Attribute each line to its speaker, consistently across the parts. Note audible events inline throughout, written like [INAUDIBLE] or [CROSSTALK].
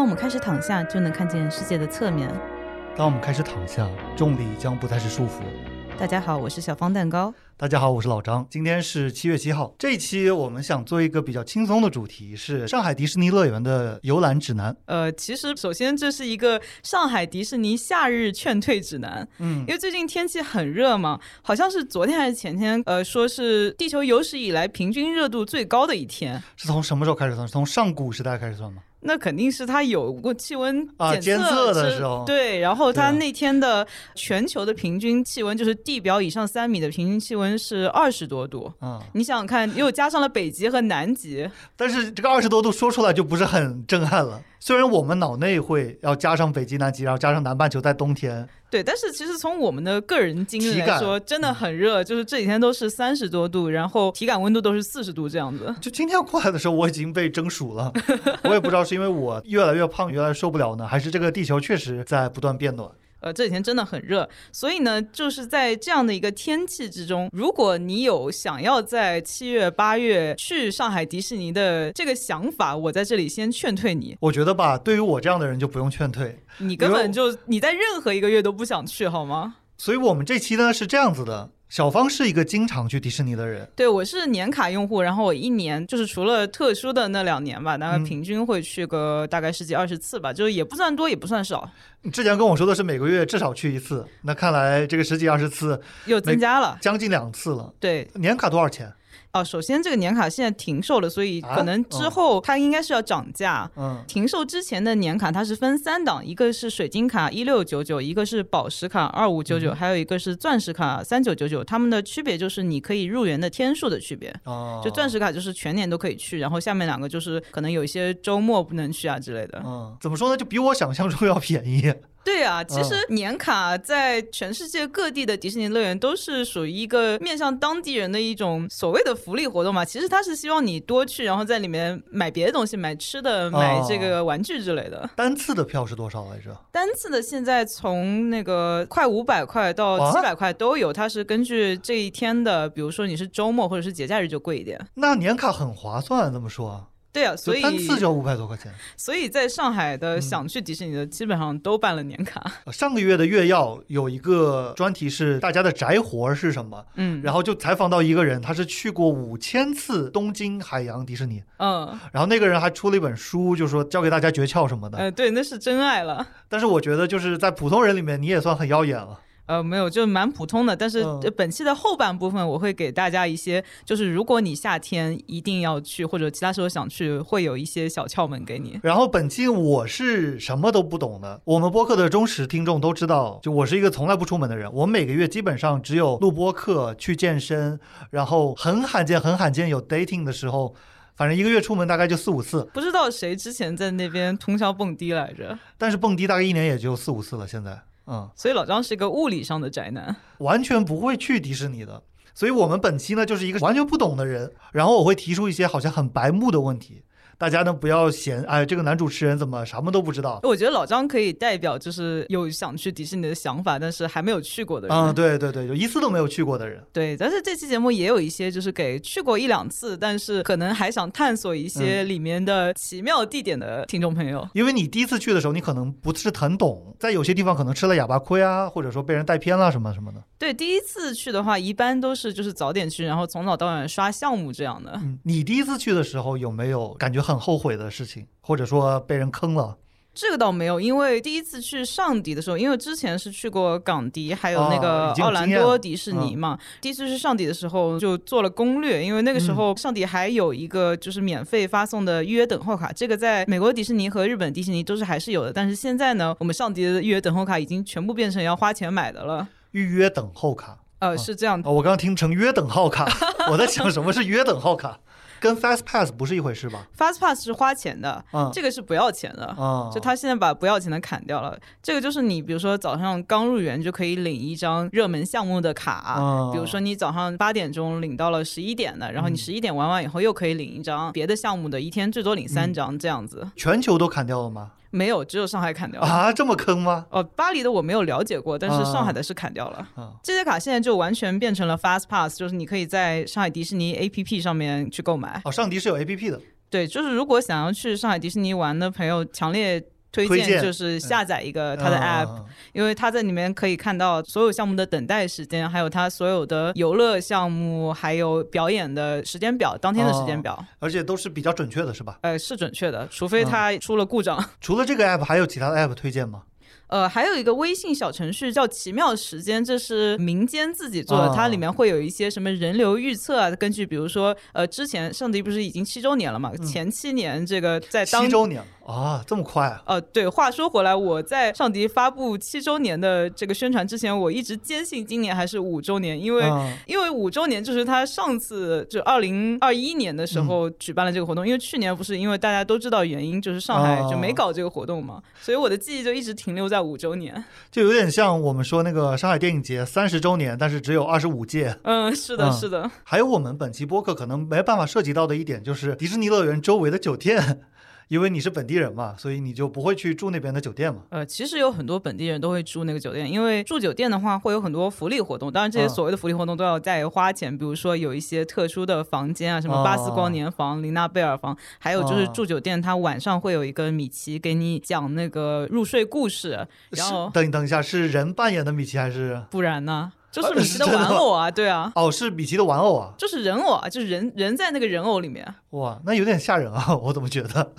Speaker 1: 我们开始躺下，就能看见世界的侧面。
Speaker 2: 当我们开始躺下，重力将不再是束缚。
Speaker 1: 大家好，我是小方蛋糕。
Speaker 2: 大家好，我是老张，今天是七月七号。这一期我们想做一个比较轻松的主题，是上海迪士尼乐园的游览指南。
Speaker 1: 呃，其实首先这是一个上海迪士尼夏日劝退指南，
Speaker 2: 嗯
Speaker 1: 因为最近天气很热嘛，好像是昨天还是前天，呃，说是地球有史以来平均热度最高的一天，
Speaker 2: 是从什么时候开始算？是从上古时代开始算吗？
Speaker 1: 那肯定是它有过气温
Speaker 2: 啊监测的
Speaker 1: 是
Speaker 2: 时候
Speaker 1: 对，然后它
Speaker 2: 对啊
Speaker 1: 那天的全球的平均气温，就是地表以上三米的平均气温是二十多度。
Speaker 2: 啊、
Speaker 1: 你想想看，又加上了北极和南极，
Speaker 2: 但是这个二十多度说出来就不是很震撼了。虽然我们脑内会要加上北极、南极，然后加上南半球在冬天，
Speaker 1: 对，但是其实从我们的个人经历
Speaker 2: 体
Speaker 1: 来
Speaker 2: 感嗯
Speaker 1: 说，真的很热，就是这几天都是三十多度，然后体感温度都是四十度这样子。
Speaker 2: 就今天过来的时候我已经被蒸暑了。我也不知道是因为我越来越胖，越来越受不了呢，还是这个地球确实在不断变暖。
Speaker 1: 呃，这几天真的很热，所以呢，就是在这样的一个天气之中，如果你有想要在七月、八月去上海迪士尼的这个想法，我在这里先劝退你，
Speaker 2: 我觉得吧，对于我这样的人就不用劝退。
Speaker 1: 你根本就你在任何一个月都不想去，好吗？
Speaker 2: 所以我们这期呢是这样子的，小芳是一个经常去迪士尼的人，
Speaker 1: 对，我是年卡用户，然后我一年就是除了特殊的那两年吧，大概
Speaker 2: 嗯
Speaker 1: 平均会去个大概十几二十次吧，就是也不算多，也不算少，
Speaker 2: 你之前跟我说的是每个月至少去一次，那看来这个十几二十次，
Speaker 1: 又增加了。
Speaker 2: 将近两次了。
Speaker 1: 对，
Speaker 2: 年卡多少钱？
Speaker 1: 哦，首先这个年卡现在停售了，所以
Speaker 2: 啊
Speaker 1: 可能之
Speaker 2: 哦
Speaker 1: 后它应该是要涨价。
Speaker 2: 嗯，
Speaker 1: 停售之前的年卡它是分三档，一个是水晶卡一六九九，一个是宝石卡二五九九，
Speaker 2: 嗯
Speaker 1: 还有一个是钻石卡三九九九。它们的区别就是你可以入园的天数的区别。
Speaker 2: 哦，
Speaker 1: 就钻
Speaker 2: 石。
Speaker 1: 石卡就是全年都可以去，然后下面两个就是可能有一些周末不能去啊之类的。
Speaker 2: 嗯，怎么说呢？就比我想象中要便宜。
Speaker 1: 对啊，其
Speaker 2: 嗯
Speaker 1: 实年卡在全世界各地的迪士尼乐园都是属于一个面向当地人的一种所谓的福利活动嘛。其实他是希望你多去，然后在里面买别的东西，买吃的，买
Speaker 2: 哦
Speaker 1: 这个玩具之类的。
Speaker 2: 单次的票是多少来着？
Speaker 1: 单次的现在从那个快五百块到
Speaker 2: 啊
Speaker 1: 七百块都有，它是根据这一天的，比如说你是周末或者是节假日就贵一点。
Speaker 2: 那年卡很划算，这么说，
Speaker 1: 对啊，所
Speaker 2: 就
Speaker 1: 以
Speaker 2: 单次就要五嗯百多块钱。
Speaker 1: 所以在上海的想去迪士尼的基本上都办了年卡。
Speaker 2: 呃上个月的月曜有一个专题是大家的宅活是什么，
Speaker 1: 嗯
Speaker 2: 然后就采访到一个人，他是去过五千次东京海洋迪士尼，
Speaker 1: 嗯
Speaker 2: 然后那个人还出了一本书，就说教给大家诀窍什么的。
Speaker 1: 呃，对，那是真爱了。
Speaker 2: 但是我觉得就是在普通人里面，你也算很耀眼了。
Speaker 1: 呃，没有，就蛮普通的。但是
Speaker 2: 嗯
Speaker 1: 呃本期的后半部分，我会给大家一些，就是如果你夏天一定要去，或者其他时候想去，会有一些小窍门给你。
Speaker 2: 然后本期我是什么都不懂的，我们播客的忠实听众都知道，就我是一个从来不出门的人，我每个月基本上只有录播课、去健身，然后很罕见、很罕见有 dating 的时候。反正一个月出门大概就四五次，
Speaker 1: 不知道谁之前在那边通宵蹦迪来着，
Speaker 2: 但是蹦迪大概一年也就四五次了。现在，嗯，
Speaker 1: 所以老张是一个物理上的宅男。
Speaker 2: 完全不会去迪士尼的。所以我们本期呢就是一个完全不懂的人，然后我会提出一些好像很白目的问题，大家呢不要嫌哎这个男主持人怎么什么都不知道。
Speaker 1: 我觉得老张可以代表就是有想去迪士尼的想法，但是还没有去过的人。
Speaker 2: 嗯，对对对，有一次都没有去过的人，
Speaker 1: 对，但是这期节目也有一些就是给去过一两次，但是可能还想探索
Speaker 2: 嗯
Speaker 1: 一些里面的奇妙地点的听众朋友。
Speaker 2: 因为你第一次去的时候，你可能不是很懂，在有些地方可能吃了哑巴亏啊，或者说被人带偏了什么什么的。
Speaker 1: 对，第一次去的话，一般都是就是早点去，然后从早到晚刷项目这样的。
Speaker 2: 嗯，你第一次去的时候有没有感觉很后悔的事情，或者说被人坑了？
Speaker 1: 这个倒没有，因为第一次去上迪的时候，因为之前是去过港迪，还有那个
Speaker 2: 哦已经有
Speaker 1: 奥兰
Speaker 2: 经验
Speaker 1: 多
Speaker 2: 了嗯
Speaker 1: 迪士尼嘛。第一次去上迪的时候就做了攻略，因为那个
Speaker 2: 嗯
Speaker 1: 时候上迪还有一个就是免费发送的预约等候卡，这个在美国迪士尼和日本迪士尼都是还是有的，但是现在呢，我们上迪的预约等候卡已经全部变成要花钱买的了。
Speaker 2: 预约等候卡
Speaker 1: 呃，是这样的。
Speaker 2: 哦，我刚听成约等号卡， [LAUGHS] 我在想什么是约等号卡，跟 Fast Pass 不是一回事吧？
Speaker 1: Fast Pass 是花钱的，
Speaker 2: 嗯
Speaker 1: 这个是不要钱的。
Speaker 2: 啊，
Speaker 1: 就他现在把不要钱的砍掉了，这个就是你，比如说早上刚入园就可以领一张热门项目的卡，
Speaker 2: 哦
Speaker 1: 比如说你早上八点钟领到了十一点的，然
Speaker 2: 嗯
Speaker 1: 后你十一点玩完以后又可以领一张别的项目的，一天最多领
Speaker 2: 嗯
Speaker 1: 三张这样子。
Speaker 2: 全球都砍掉了吗？
Speaker 1: 没有，只有上海砍掉了。
Speaker 2: 啊，这么坑吗？
Speaker 1: 哦，巴黎的我没有了解过，但是
Speaker 2: 啊
Speaker 1: 上海的是砍掉了。
Speaker 2: 啊
Speaker 1: 这些卡现在就完全变成了 Fast Pass，就是你可以在上海迪士尼 APP 上面去购买。
Speaker 2: 哦，上迪是有 A P P 的，
Speaker 1: 对，就是如果想要去上海迪士尼玩的朋友，强烈推
Speaker 2: 推荐
Speaker 1: 荐就是下载一个呃它的 app，、
Speaker 2: 嗯
Speaker 1: 因为它在里面可以看到所有项目的等待时间，还有它所有的游乐项目，还有表演的时间表，当天的时
Speaker 2: 哦
Speaker 1: 间表，
Speaker 2: 而且都是比较准确的，是吧？
Speaker 1: 呃，是准确的，除
Speaker 2: 嗯
Speaker 1: 非它出了故障。 [LAUGHS]
Speaker 2: 除了这个 app，还有其他的 app 推荐吗？
Speaker 1: 呃，还有一个微信小程序叫“奇妙时间”，这是民间自己做的，
Speaker 2: 啊
Speaker 1: 它里面会有一些什么人流预测啊，根据比如说呃，之前上帝不是已经七周年了嘛，前七年这个在呃当
Speaker 2: 嗯七周年啊，这么快啊！
Speaker 1: 呃，对，话说回来，我在上迪发布七周年的这个宣传之前，我一直坚信今年还是五周年，因为、
Speaker 2: 嗯
Speaker 1: 因为五周年就是他上次就二零二一年的时
Speaker 2: 嗯
Speaker 1: 候举办了这个活动，因为去年不是因为大家都知道原因，就是上海就没
Speaker 2: 哦
Speaker 1: 搞这个活动嘛，所以我的记忆就一直停留在五周年。
Speaker 2: 就有点像我们说那个上海电影节三十周年，但是只有二十五届。
Speaker 1: 嗯，是的，
Speaker 2: 嗯
Speaker 1: 是的，
Speaker 2: 还有我们本期播客可能没办法涉及到的一点，就是迪士尼乐园周围的酒店， [LAUGHS] 因为你是本地人嘛，所以你就不会去住那边的酒店嘛。
Speaker 1: 呃，其实有很多本地人都会住那个酒店，因为住酒店的话会有很多福利活动，当然这些
Speaker 2: 嗯
Speaker 1: 所谓的福利活动都要再花钱，比如说有一些特殊的房间啊，什么巴斯光年房、琳娜贝尔房，还有就是
Speaker 2: 哦
Speaker 1: 住酒店，它晚上会有一个米奇给你讲那个入睡故事，然
Speaker 2: 是
Speaker 1: 后
Speaker 2: 等等一下，是人扮演的米奇还是？
Speaker 1: 不然呢，就
Speaker 2: 啊
Speaker 1: 是米奇的
Speaker 2: 是真的
Speaker 1: 玩
Speaker 2: 吗
Speaker 1: 偶啊，对啊。
Speaker 2: 哦，是米奇的玩偶啊！
Speaker 1: 就是人偶啊，就是人人在那个人偶里面。
Speaker 2: 哇，那有点吓人啊！ [LAUGHS] 我怎么觉得？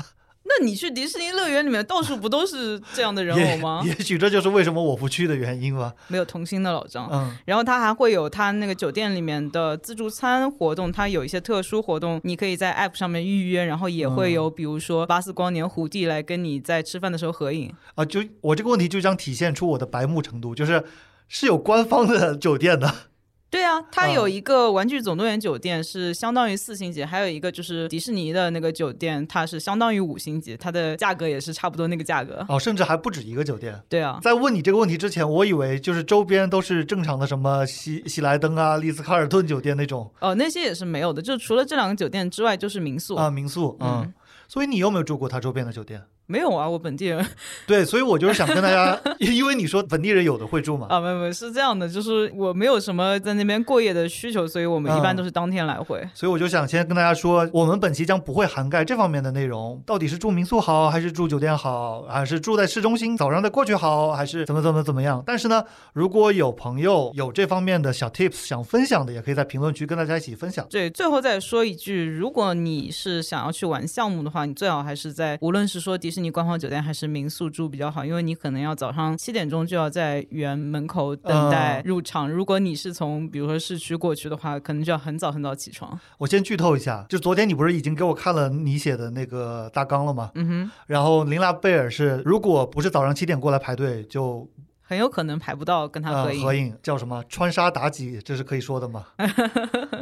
Speaker 1: 那你去迪士尼乐园里面，到处不都是这样的人偶吗
Speaker 2: 也？？也许这就是为什么我不去的原因吧。
Speaker 1: 没有童心的老张。
Speaker 2: 嗯，
Speaker 1: 然后它还会有它那个酒店里面的自助餐活动，它有一些特殊活动，你可以在 App 上面预约，然后也会有比如说巴斯光年胡弟来跟你在吃饭的时候合影。
Speaker 2: 啊，就我这个问题就将体现出我的白目程度，就是是有官方的酒店的。
Speaker 1: [LAUGHS] 对啊，它
Speaker 2: 嗯
Speaker 1: 有一个玩具总动员酒店是相当于四星级，还有一个就是迪士尼的那个酒店，它是相当于五星级，它的价格也是差不多那个价格。
Speaker 2: 哦，甚至还不止一个酒店。
Speaker 1: 对啊，
Speaker 2: 在问你这个问题之前，我以为就是周边都是正常的什么喜喜来登啊、丽思卡尔顿酒店那种
Speaker 1: 哦，那些也是没有的，就除了这两个酒店之外，就是民宿。
Speaker 2: 啊民宿啊、
Speaker 1: 嗯
Speaker 2: 所以你有没有住过它周边的酒店？
Speaker 1: 没有啊，我本地人
Speaker 2: 对，所以我就是想跟大家，因为你说本地人有的会住嘛，
Speaker 1: 啊，没有没有，是这样的，就是我没有什么在那边过夜的需求，所以我们一般
Speaker 2: 嗯
Speaker 1: 都是当天来回。
Speaker 2: 所以我就想先跟大家说，我们本期将不会涵盖这方面的内容，到底是住民宿好，还是住酒店好，还是住在市中心早上再过去好，还是怎么怎么怎么样？但是呢，如果有朋友有这方面的小 tips 想分享的，也可以在评论区跟大家一起分享。
Speaker 1: 对，最后再说一句，如果你是想要去玩项目的话，你最好还是在无论是说迪士尼官方酒店还是民宿住比较好，因为你可能要早上七点钟就要在园门口等待
Speaker 2: 嗯
Speaker 1: 入场。如果你是从比如说市区过去的话，可能就要很早很早起床。
Speaker 2: 我先剧透一下，就昨天你不是已经给我看了你写的那个大纲了吗？
Speaker 1: 嗯哼，
Speaker 2: 然后琳娜贝尔是，如果不是早上七点过来排队，就
Speaker 1: 很有可能排不到跟他
Speaker 2: 呃
Speaker 1: 合影。
Speaker 2: 合影叫什么穿沙妲己，这是可以说的
Speaker 1: [LAUGHS]
Speaker 2: 吗？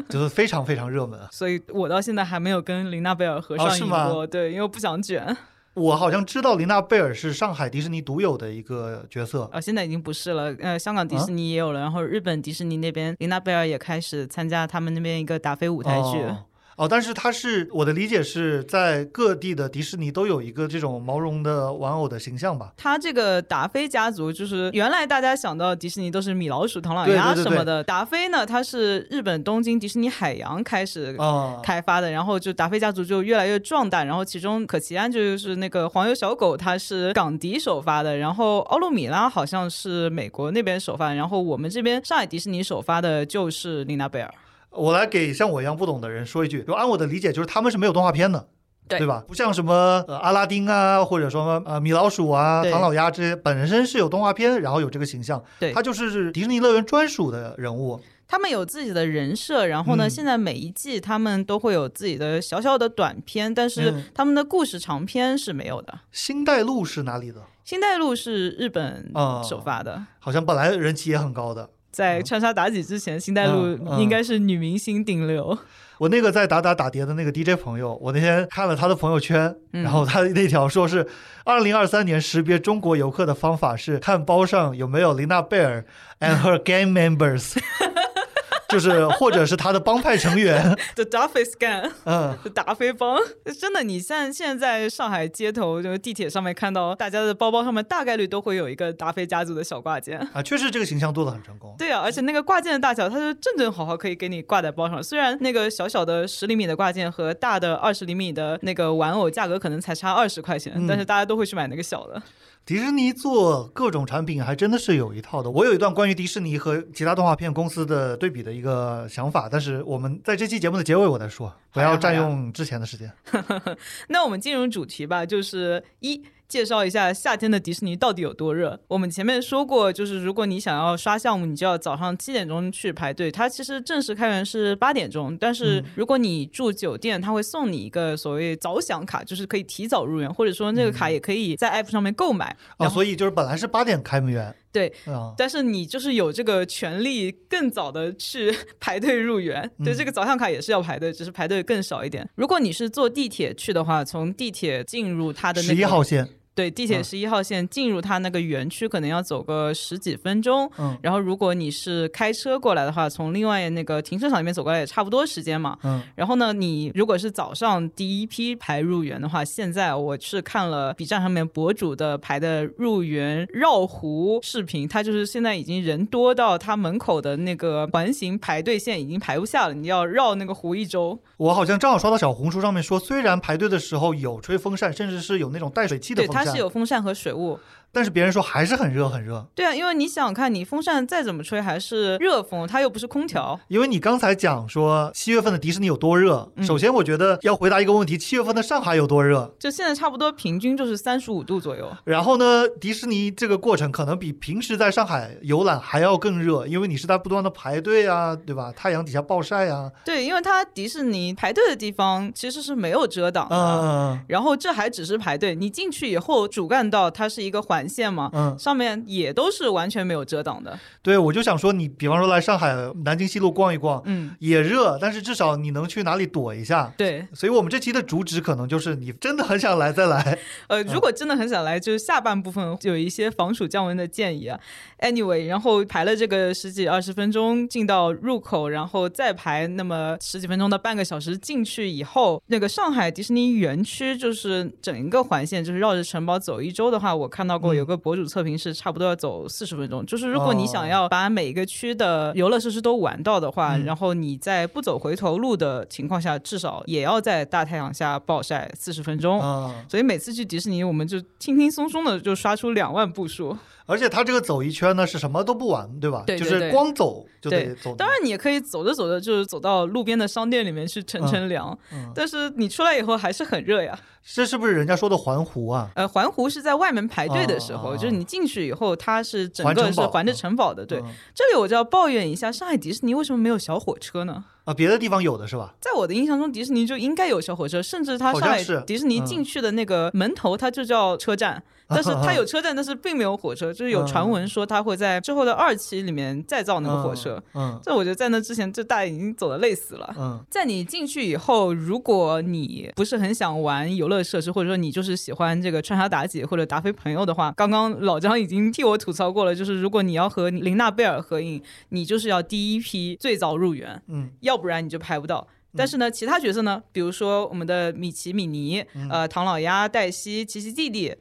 Speaker 2: 就是非常非常热门。
Speaker 1: 所以我到现在还没有跟琳娜贝尔合
Speaker 2: 哦
Speaker 1: 上
Speaker 2: 是
Speaker 1: 影
Speaker 2: 吗
Speaker 1: 过，对，因为我不想卷。
Speaker 2: 我好像知道琳娜贝尔是上海迪士尼独有的一个角色，
Speaker 1: 呃，现在已经不是了。呃，香港迪
Speaker 2: 啊
Speaker 1: 士尼也有了，然后日本迪士尼那边，琳娜贝尔也开始参加他们那边一个达菲舞台剧。
Speaker 2: 哦哦，但是它是我的理解是在各地的迪士尼都有一个这种毛绒的玩偶的形象吧？
Speaker 1: 他这个达菲家族，就是原来大家想到迪士尼都是米老鼠、唐老
Speaker 2: 对对
Speaker 1: 鸭
Speaker 2: 对
Speaker 1: 什
Speaker 2: 对
Speaker 1: 么的，达菲呢，它是日本东京迪士尼海洋开始
Speaker 2: 啊、
Speaker 1: 开发的，然后就达菲家族就越来越壮大，然后其中可奇安就是那个黄油小狗，它是港迪首发的，然后奥路米拉好像是美国那边首发，然后我们这边上海迪士尼首发的就是琳娜贝尔。
Speaker 2: 我来给像我一样不懂的人说一句，就按我的理解，就是他们是没有动画片的。
Speaker 1: 对
Speaker 2: 吧？不像什么、呃、阿拉丁啊，或者说呃米老鼠啊、
Speaker 1: 对
Speaker 2: 唐老鸭这些，本身是有动画片，然后有这个形象，
Speaker 1: 对
Speaker 2: 它就是迪士尼乐园专属的人物。
Speaker 1: 他们有自己的人设，然后呢，
Speaker 2: 嗯
Speaker 1: 现在每一季他们都会有自己的小小的短片，但是
Speaker 2: 嗯
Speaker 1: 他们的故事长篇是没有的。
Speaker 2: 新代路是哪里的？
Speaker 1: 新带路是日本
Speaker 2: 哦
Speaker 1: 首发的，
Speaker 2: 好像本来人气也很高的。
Speaker 1: 在穿沙妲己之前，新带路
Speaker 2: 嗯嗯
Speaker 1: 应该是女明星顶流。
Speaker 2: 我那个在打打打碟的那个 DJ 朋友，我那天看了他的朋友圈，
Speaker 1: 嗯
Speaker 2: 然后他那条说是，二零二三年识别中国游客
Speaker 1: [LAUGHS]
Speaker 2: 的方法是看包上有没有琳娜贝尔 and her gang members。就是或者是他的帮派成员，
Speaker 1: The d u f f y Scan。
Speaker 2: 嗯，
Speaker 1: 达菲帮，真的，你像现在上海街头，就是地铁上面看到大家的包包上面，大概率都会有一个达菲家族的小挂件。
Speaker 2: 啊，确实这个形象做的很成功。
Speaker 1: 对啊，而且那个挂件的大小，它是正正好好可以给你挂在包上。虽然那个小小的十厘米的挂件和大的二十厘米的那个玩偶价格可能才差二十块钱，但是大家都会去买那个小的。
Speaker 2: 迪士尼做各种产品还真的是有一套的。我有一段关于迪士尼和其他动画片公司的对比的一个想法，但是我们在这期节目的结尾我再说，不
Speaker 1: 好
Speaker 2: 要
Speaker 1: 呀
Speaker 2: 占
Speaker 1: 好呀
Speaker 2: 用之前的时间。
Speaker 1: 那我们进入主题吧，就是一。介绍一下夏天的迪士尼到底有多热？我们前面说过，就是如果你想要刷项目，你就要早上七点钟去排队。它其实正式开园是八点钟，但是如果你住酒店，它会送你一个所谓早享卡，就是可以提早入园，或者说这个卡也可以在 app 上面购买。
Speaker 2: 啊，所以就是本来是八点开园，
Speaker 1: 对，
Speaker 2: 啊，
Speaker 1: 但是你就是有这个权利更早的去 [LAUGHS] 排队入园。
Speaker 2: 嗯
Speaker 1: 对，这个早上卡也是要排队，只是排队更少一点。如果你是坐地铁去的话，从地铁进入它的那
Speaker 2: 十
Speaker 1: 个
Speaker 2: 一号线，
Speaker 1: 对，地铁
Speaker 2: 嗯
Speaker 1: 十一号线进入它那个园区可能要走个十几分钟。
Speaker 2: 嗯
Speaker 1: 然后如果你是开车过来的话，从另外那个停车场里面走过来也差不多时间嘛。
Speaker 2: 嗯，
Speaker 1: 然后呢，你如果是早上第一批排入园的话，现在我是看了 B 站上面博主的排的入园绕湖视频，他就是现在已经人多到他门口的那个环形排队线已经排不下了，你要绕那个湖一周。
Speaker 2: 我好像正好刷到小红书上面说，虽然排队的时候有吹风扇，甚至是有那种带水器的
Speaker 1: 对，
Speaker 2: 风
Speaker 1: 它
Speaker 2: 扇，
Speaker 1: 是有风扇和水雾。
Speaker 2: 但是别人说还是很热很热。
Speaker 1: 对啊，因为你想想看，你风扇再怎么吹还是热风，它又不是空调。
Speaker 2: 因为你刚才讲说七月份的迪士尼有多热，
Speaker 1: 嗯
Speaker 2: 首先我觉得要回答一个问题：七月份的上海有多热？
Speaker 1: 就现在差不多平均就是三十五度左右。
Speaker 2: 然后呢，迪士尼这个过程可能比平时在上海游览还要更热，因为你是在不断的排队啊，对吧？太阳底下暴晒啊，
Speaker 1: 对，因为它迪士尼排队的地方其实是没有遮挡的。
Speaker 2: 嗯
Speaker 1: 然后这还只是排队，你进去以后主干道它是一个环线嘛，
Speaker 2: 嗯，
Speaker 1: 上面也都是完全没有遮挡的。
Speaker 2: 对，我就想说，你比方说来上海南京西路逛一逛，
Speaker 1: 嗯，
Speaker 2: 也热，但是至少你能去哪里躲一下。
Speaker 1: 对，
Speaker 2: 所以我们这期的主旨可能就是你真的很想来再来，
Speaker 1: 呃，如果真的很想来，就是下半部分有一些防暑降温的建议啊。Anyway，然后排了这个十几二十分钟进到入口，然后再排那么十几分钟到半个小时进去以后，那个上海迪士尼园区就是整一个环线，就是绕着城堡走一周的话，我看到过有个博主测评是差不多要走四十分钟。就是如果你想要把每一个区的游乐设施都玩到的话，然后你在不走回头路的情况下，至少也要在大太阳下暴晒四十分钟。
Speaker 2: 嗯，
Speaker 1: 所以每次去迪士尼，我们就轻轻松松的就刷出两万步数。
Speaker 2: 而且他这个走一圈呢是什么都不玩，对吧？
Speaker 1: 对对
Speaker 2: 就是
Speaker 1: 对
Speaker 2: 光走就
Speaker 1: 对
Speaker 2: 得走。
Speaker 1: 当然，你也可以走着走着就是走到路边的商店里面去乘乘凉，
Speaker 2: 嗯
Speaker 1: 但是你出来以后还是很热呀。
Speaker 2: 这是不是人家说的环湖啊？
Speaker 1: 呃，环湖是在外面排队的时候，
Speaker 2: 哦哦哦
Speaker 1: 就是你进去以后，它是整
Speaker 2: 环城
Speaker 1: 个
Speaker 2: 堡
Speaker 1: 是环着城堡的。对，
Speaker 2: 嗯
Speaker 1: 这里我就要抱怨一下，上海迪士尼为什么没有小火车呢？
Speaker 2: 啊，别的地方有的是吧？
Speaker 1: 在我的印象中，迪士尼就应该有小火车，甚至它上
Speaker 2: 好
Speaker 1: 海
Speaker 2: 像是嗯
Speaker 1: 迪士尼进去的那个门头，它就叫车
Speaker 2: [LAUGHS]
Speaker 1: 站，但是它有车站，但是并没有火车，就是有传闻说它会在之后的二期里面再造那个火车。
Speaker 2: 嗯，
Speaker 1: 这我觉得在那之前，就大家已经走的累死了。
Speaker 2: 嗯
Speaker 1: 在你进去以后，如果你不是很想玩游乐设施，或者说你就是喜欢这个穿插妲己或者达菲朋友的话，刚刚老张已经替我吐槽过了，就是如果你要和琳娜贝尔合影，你就是要第一批最早入园，
Speaker 2: 嗯，
Speaker 1: 要不然你就排不到。但是呢，其他角色呢，比如说我们的米奇、米妮、
Speaker 2: 嗯
Speaker 1: 呃，唐老鸭、黛西、奇奇弟弟，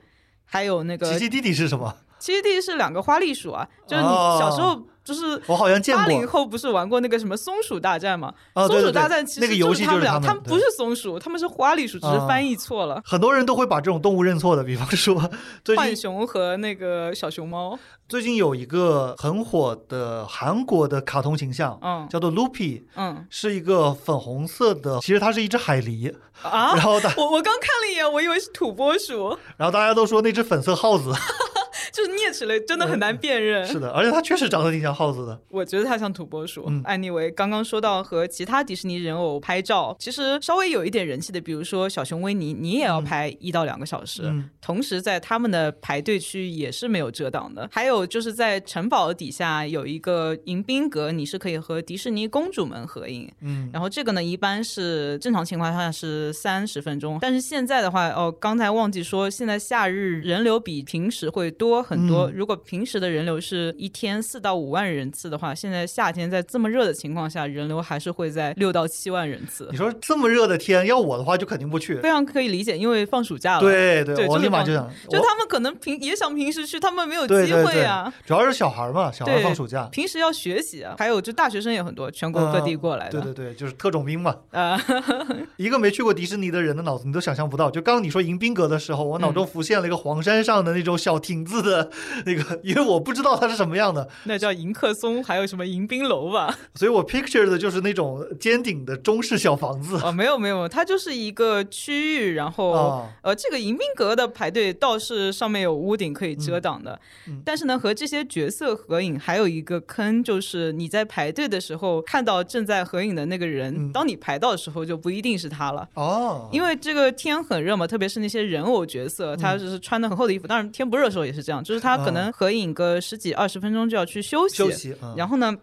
Speaker 1: 还有那
Speaker 2: 嗯，
Speaker 1: 个
Speaker 2: 奇奇弟弟是什么？
Speaker 1: 奇奇弟弟是两个花栗鼠啊，就是你小时候就是
Speaker 2: 我好像哦见
Speaker 1: 八零
Speaker 2: 过。
Speaker 1: 后不是玩过那个什么松鼠大战吗？
Speaker 2: 啊，
Speaker 1: 松
Speaker 2: 对对
Speaker 1: 鼠
Speaker 2: 对
Speaker 1: 大战其，
Speaker 2: 那个
Speaker 1: 实
Speaker 2: 游
Speaker 1: 就是
Speaker 2: 戏
Speaker 1: 他
Speaker 2: 就
Speaker 1: 们
Speaker 2: 是
Speaker 1: 俩，
Speaker 2: 们。
Speaker 1: 们不
Speaker 2: 对
Speaker 1: 是松鼠，他们是花栗鼠，只是
Speaker 2: 啊
Speaker 1: 翻译错了。
Speaker 2: 很多人都会把这种动物认错的，比方
Speaker 1: [LAUGHS]
Speaker 2: 说最
Speaker 1: 浣
Speaker 2: 近
Speaker 1: 熊和那个小熊猫，
Speaker 2: 最近有一个很火的韩国的卡通形象，
Speaker 1: 嗯
Speaker 2: 叫做 Loopy， [LAUGHS]
Speaker 1: 嗯
Speaker 2: 是一个粉红色的，其实它是一只海狸，
Speaker 1: 啊
Speaker 2: 然，后大
Speaker 1: 我我刚看了一眼，我以为是土拨鼠，
Speaker 2: 然后大家都说那只粉色耗子， [LAUGHS]
Speaker 1: 就是啮齿类，真的很难辨认。
Speaker 2: 是的，而且它确实长得挺像耗子的。
Speaker 1: 我觉得它像土拨鼠。
Speaker 2: 嗯
Speaker 1: 安妮维刚刚说到和其他迪士尼人偶拍照，其实稍微有一点人气的，比如说小熊维尼，你也要拍一到两个小时。
Speaker 2: 嗯
Speaker 1: 同时，在他们的排队区也是没有遮挡的。还有就是在城堡底下有一个迎宾阁，你是可以和迪士尼公主们合影。
Speaker 2: 嗯，
Speaker 1: 然后这个呢，一般是正常情况下是三十分钟，但是现在的话，哦，刚才忘记说，现在夏日人流比平时会多很
Speaker 2: 嗯
Speaker 1: 说，如果平时的人流是一天四到五万人次的话，现在夏天在这么热的情况下，人流还是会在六到七万人次
Speaker 2: 你，说这么热的天，要我的话就肯定不
Speaker 1: [LAUGHS]
Speaker 2: 去。
Speaker 1: 非常可以理解，因为放暑假了。
Speaker 2: 对
Speaker 1: 啊对就
Speaker 2: 我
Speaker 1: 是
Speaker 2: 立马
Speaker 1: 放
Speaker 2: 就想，
Speaker 1: 就
Speaker 2: 我
Speaker 1: 他们可能平也想平时去，他们没有机
Speaker 2: 对对
Speaker 1: 会
Speaker 2: 对
Speaker 1: 啊。
Speaker 2: 主要是小孩嘛，小孩
Speaker 1: 对
Speaker 2: 放暑假，嗯
Speaker 1: 平时要学习啊，还有就大学生也很多，全国各地过来的。
Speaker 2: 对对对，就是特种兵嘛。
Speaker 1: 啊， [LAUGHS]
Speaker 2: 一个没去过迪士尼的人的脑子，你都想象不到。就刚刚你说迎宾阁的时候，我脑
Speaker 1: 嗯
Speaker 2: 中浮现了一个黄山上的那种小亭子的 [LAUGHS] 那个，因为我不知道它是什么样的，
Speaker 1: 那叫迎客松，还有什么迎宾楼吧？
Speaker 2: 所以我 picture 的就是那种尖顶的中式小房子。
Speaker 1: 哦，没有没有，它就是一个区域，然后、
Speaker 2: 啊，
Speaker 1: 呃，这个迎宾阁的排队倒是上面有屋顶可以遮挡的，
Speaker 2: 嗯嗯
Speaker 1: 但是呢，和这些角色合影还有一个坑，就是你在排队的时候看到正在合影的那个人，
Speaker 2: 嗯
Speaker 1: 当你排到的时候就不一定是他了。
Speaker 2: 哦，
Speaker 1: 因为这个天很热嘛，特别是那些人偶角色，
Speaker 2: 嗯
Speaker 1: 他就是穿的很厚的衣服。当然，天不热的时候也是这样，就是他可能合影个十几二十分钟就要去休息，
Speaker 2: 哦休息，嗯、
Speaker 1: 然后呢，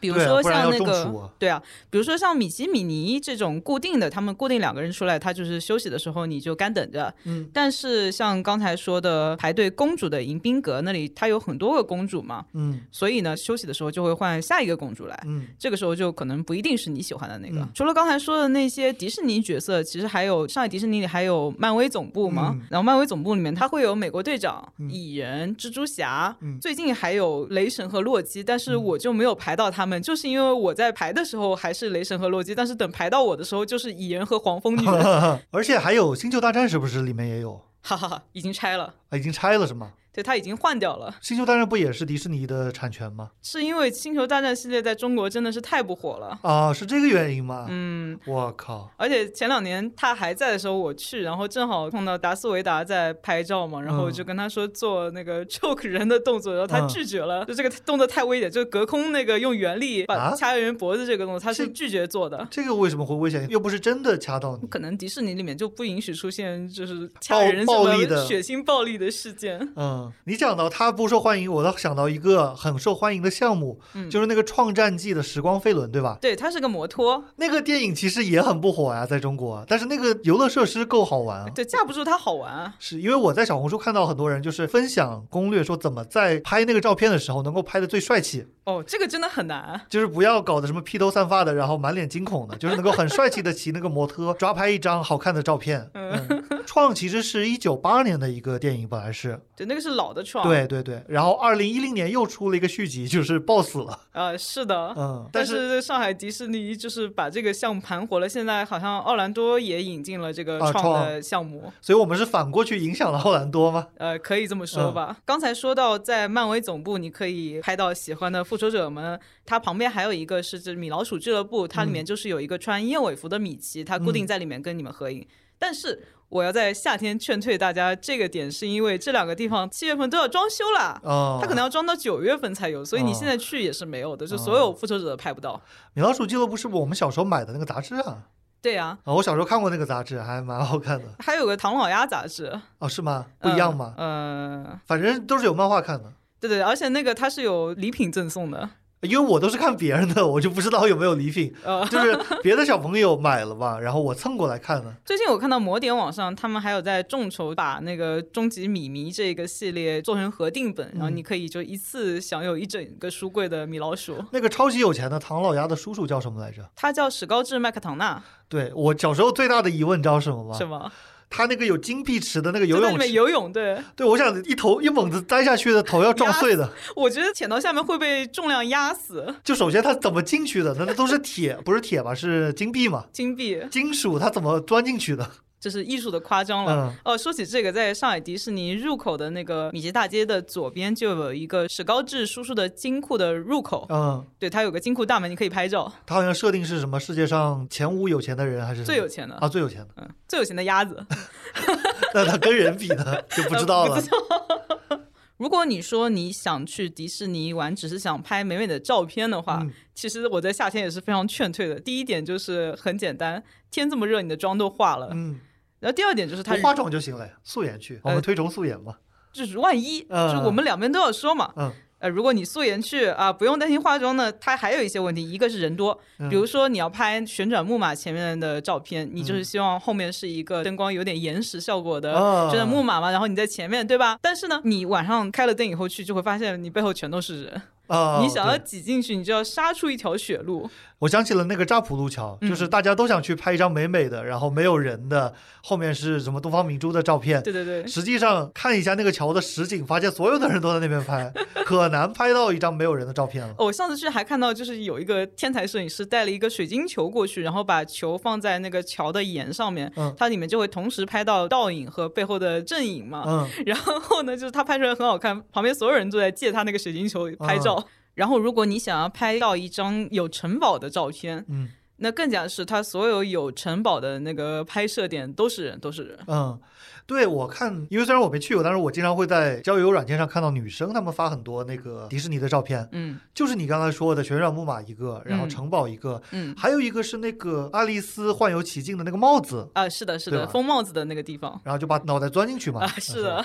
Speaker 1: 比如
Speaker 2: 对啊
Speaker 1: 说
Speaker 2: 不然
Speaker 1: 像
Speaker 2: 要
Speaker 1: 那
Speaker 2: 中
Speaker 1: 个
Speaker 2: 暑啊
Speaker 1: 对啊，比如说像米奇、米妮这种固定的，他们固定两个人出来，他就是休息的时候你就干等着。
Speaker 2: 嗯，
Speaker 1: 但是像刚才说的排队公主的迎宾阁那里，它有很多个公主嘛，
Speaker 2: 嗯
Speaker 1: 所以呢，休息的时候就会换下一个公主来。
Speaker 2: 嗯
Speaker 1: 这个时候就可能不一定是你喜欢的那个。
Speaker 2: 嗯
Speaker 1: 除了刚才说的那些迪士尼角色，其实还有上海迪士尼里还有漫威总部嘛，
Speaker 2: 嗯
Speaker 1: 然后漫威总部里面它会有美国队长、
Speaker 2: 嗯
Speaker 1: 蚁人、蜘蛛侠，
Speaker 2: 嗯
Speaker 1: 最近还有雷神和洛基，但是我就没有排到他们，就是因为我在排的时候还是雷神和洛基，但是等排到我的时候就是蚁人和黄蜂女
Speaker 2: [LAUGHS]
Speaker 1: 了，
Speaker 2: 嗯，而且还有《星球大战》是不是里面也有？
Speaker 1: 哈哈哈，已经拆了。
Speaker 2: 啊，已经拆了是吗？
Speaker 1: 对，它已经换掉了，
Speaker 2: 《星球大战》不也是迪士尼的产权吗？
Speaker 1: 是因为《星球大战》系列在中国真的是太不火了。
Speaker 2: 啊，是这个原因吗？
Speaker 1: 嗯，
Speaker 2: 我靠，
Speaker 1: 而且前两年他还在的时候，我去，然后正好碰到达斯维达在拍照嘛，然后我就跟他说做那个 choke 人的动作，然后他
Speaker 2: 嗯
Speaker 1: 拒绝了，就这个动作太危险，就是隔空那个用原力
Speaker 2: 啊
Speaker 1: 把掐人脖子这个动作，他是
Speaker 2: 这
Speaker 1: 拒绝做的。
Speaker 2: 这个为什么会危险？又不是真的掐到你。
Speaker 1: 可能迪士尼里面就不允许出现就是掐
Speaker 2: 暴
Speaker 1: 人什
Speaker 2: 暴
Speaker 1: 么
Speaker 2: 力的
Speaker 1: 血腥暴力的事件。
Speaker 2: 嗯，你讲到它不受欢迎，我倒想到一个很受欢迎的项目，
Speaker 1: 嗯
Speaker 2: 就是那个《创战记》的时光飞轮，对吧？
Speaker 1: 对，它是个摩托，
Speaker 2: 那个电影其实也很不火啊，在中国，但是那个游乐设施够好玩啊。
Speaker 1: 对，架不住它好玩啊。
Speaker 2: 是因为我在小红书看到很多人就是分享攻略，说怎么在拍那个照片的时候能够拍的最帅气，
Speaker 1: 哦，这个真的很难。
Speaker 2: 就是不要搞得什么披头散发的，然后满脸惊恐的，就是能够很帅气的骑那个摩托，抓拍一张好看的照片。
Speaker 1: 嗯
Speaker 2: 嗯，创其实是一九八二年的一个电影，本来是
Speaker 1: [LAUGHS] 对，那个是老的创。，
Speaker 2: 对对对，然后二零一零年又出了一个续集，就是爆死了。
Speaker 1: 呃，是的。
Speaker 2: 嗯，
Speaker 1: 但
Speaker 2: 但
Speaker 1: 是
Speaker 2: 是
Speaker 1: 在上海迪士尼就是把这个项目盘活了，现在好像奥兰多也引进了这个创
Speaker 2: 啊创
Speaker 1: 的项目，
Speaker 2: 所以我们是反过去影响了奥兰多吗？
Speaker 1: 呃，可以这么
Speaker 2: 嗯
Speaker 1: 说吧。刚才说到在漫威总部，你可以拍到喜欢的复仇者们，它旁边还有一个是这米老鼠俱乐部，它里
Speaker 2: 嗯
Speaker 1: 面就是有一个穿燕尾服的米奇，它固定在里面跟你们合影，但是。我要在夏天劝退大家这个点，是因为这两个地方七月份都要装修了，
Speaker 2: 哦，
Speaker 1: 它可能要装到九月份才有，所以你
Speaker 2: 哦
Speaker 1: 现在去也是没有的，就所有复仇者都拍不到。
Speaker 2: 米老鼠俱乐部是不是我们小时候买的那个杂志啊？
Speaker 1: 对呀、
Speaker 2: 啊，我小时候看过那个杂志，还蛮好看的。
Speaker 1: 还有个《唐老鸭》杂志，
Speaker 2: 哦，是吗？不一样吗？
Speaker 1: 嗯、呃
Speaker 2: 反正都是有漫画看的，
Speaker 1: 对对，而且那个它是有礼品赠送的，
Speaker 2: 因为我都是看别人的，我就不知道有没有礼品，
Speaker 1: 呃。
Speaker 2: 就是别的小朋友买了吧，然后我蹭过来看的。
Speaker 1: 最近我看到魔点网上，他们还有在众筹把那个《终极米迷》这个系列做成合订
Speaker 2: 嗯
Speaker 1: 本，然后你可以就一次享有一整个书柜的米老鼠。
Speaker 2: 那个超级有钱的唐老鸭的叔叔叫什么来着？
Speaker 1: 它叫史高治麦克唐纳，
Speaker 2: 对我小时候最大的疑问，你知道什么吗？
Speaker 1: 是吗？
Speaker 2: 他那个有金币池的那个游
Speaker 1: 就在里
Speaker 2: 泳
Speaker 1: 面
Speaker 2: 池，
Speaker 1: 游泳。对，
Speaker 2: 对我想一头一猛子栽下去的头要撞碎的。
Speaker 1: 我觉得潜到下面会被重量压死。
Speaker 2: 就首先它怎么进去的？那那都是铁，不是铁吧？是金币嘛？
Speaker 1: 金币，
Speaker 2: 金属它怎么钻进去的？
Speaker 1: 这是艺术的夸张了。
Speaker 2: 嗯，
Speaker 1: 哦，说起这个，在上海迪士尼入口的那个米奇大街的左边就有一个史高治叔叔的金库的入口，
Speaker 2: 嗯，
Speaker 1: 对，它有个金库大门，你可以拍照。
Speaker 2: 它好像设定是什么世界上前五有钱的人还是什么
Speaker 1: 最有钱的，
Speaker 2: 啊最有钱的？
Speaker 1: 嗯，最有钱的鸭子
Speaker 2: [LAUGHS] 那它跟人比呢就不知
Speaker 1: 呃
Speaker 2: 道了。
Speaker 1: 如果你说你想去迪士尼玩，只是想拍美美的照片的话，
Speaker 2: 嗯
Speaker 1: 其实我在夏天也是非常劝退的。第一点就是很简单，天这么热，你的妆都化了。
Speaker 2: 嗯，
Speaker 1: 然后第二点就是呃它
Speaker 2: 不化妆就行了呀，素颜去，我们推崇素颜嘛。
Speaker 1: 就是万一，
Speaker 2: 呃
Speaker 1: 就是我们两边都要说嘛。
Speaker 2: 嗯
Speaker 1: 呃，如果你素颜去啊、不用担心化妆呢，它还有一些问题，一个是人多，
Speaker 2: 嗯
Speaker 1: 比如说你要拍旋转木马前面的照片，你
Speaker 2: 嗯
Speaker 1: 就是希望后面是一个灯光有点延时效果的
Speaker 2: 啊
Speaker 1: 旋转木马嘛，然后你在前面对吧？但是呢，你晚上开了灯以后去，就会发现你背后全都是人，
Speaker 2: 啊，
Speaker 1: 你想要
Speaker 2: 对
Speaker 1: 挤进去，你就要杀出一条血路。
Speaker 2: 我想起了那个扎普路桥，
Speaker 1: 嗯
Speaker 2: 就是大家都想去拍一张美美的，然后没有人的，后面是什么东方明珠的照片。
Speaker 1: 对对对，
Speaker 2: 实际上看一下那个桥的实景，发现所有的人都在那边拍，可难拍到一张没有人的照片了。
Speaker 1: 哦我上次去还看到，就是有一个天才摄影师带了一个水晶球过去，然后把球放在那个桥的沿上面，
Speaker 2: 嗯
Speaker 1: 它里面就会同时拍到倒影和背后的正影嘛。
Speaker 2: 嗯，
Speaker 1: [LAUGHS] 然后呢，就是他拍出来很好看，旁边所有人都在借他那个水晶球拍照。
Speaker 2: 嗯
Speaker 1: [LAUGHS] 然后，如果你想要拍到一张有城堡的照片，
Speaker 2: 嗯，
Speaker 1: 那更加是他所有有城堡的那个拍摄点都是人，都是人。
Speaker 2: 嗯，对，我看，因为虽然我没去过，但是我经常会在交友软件上看到女生她们发很多那个迪士尼的照片，
Speaker 1: 嗯
Speaker 2: 就是你刚才说的旋转木马一个，然后
Speaker 1: 嗯
Speaker 2: 城堡一个，
Speaker 1: 嗯，
Speaker 2: 还有一个是那个《爱丽丝幻游奇境》的那个帽子，
Speaker 1: 啊，是的，是
Speaker 2: 对
Speaker 1: 的，
Speaker 2: 吧
Speaker 1: 风帽子的那个地方。
Speaker 2: 然后就把脑袋钻进去嘛。 [LAUGHS]
Speaker 1: 啊，是的，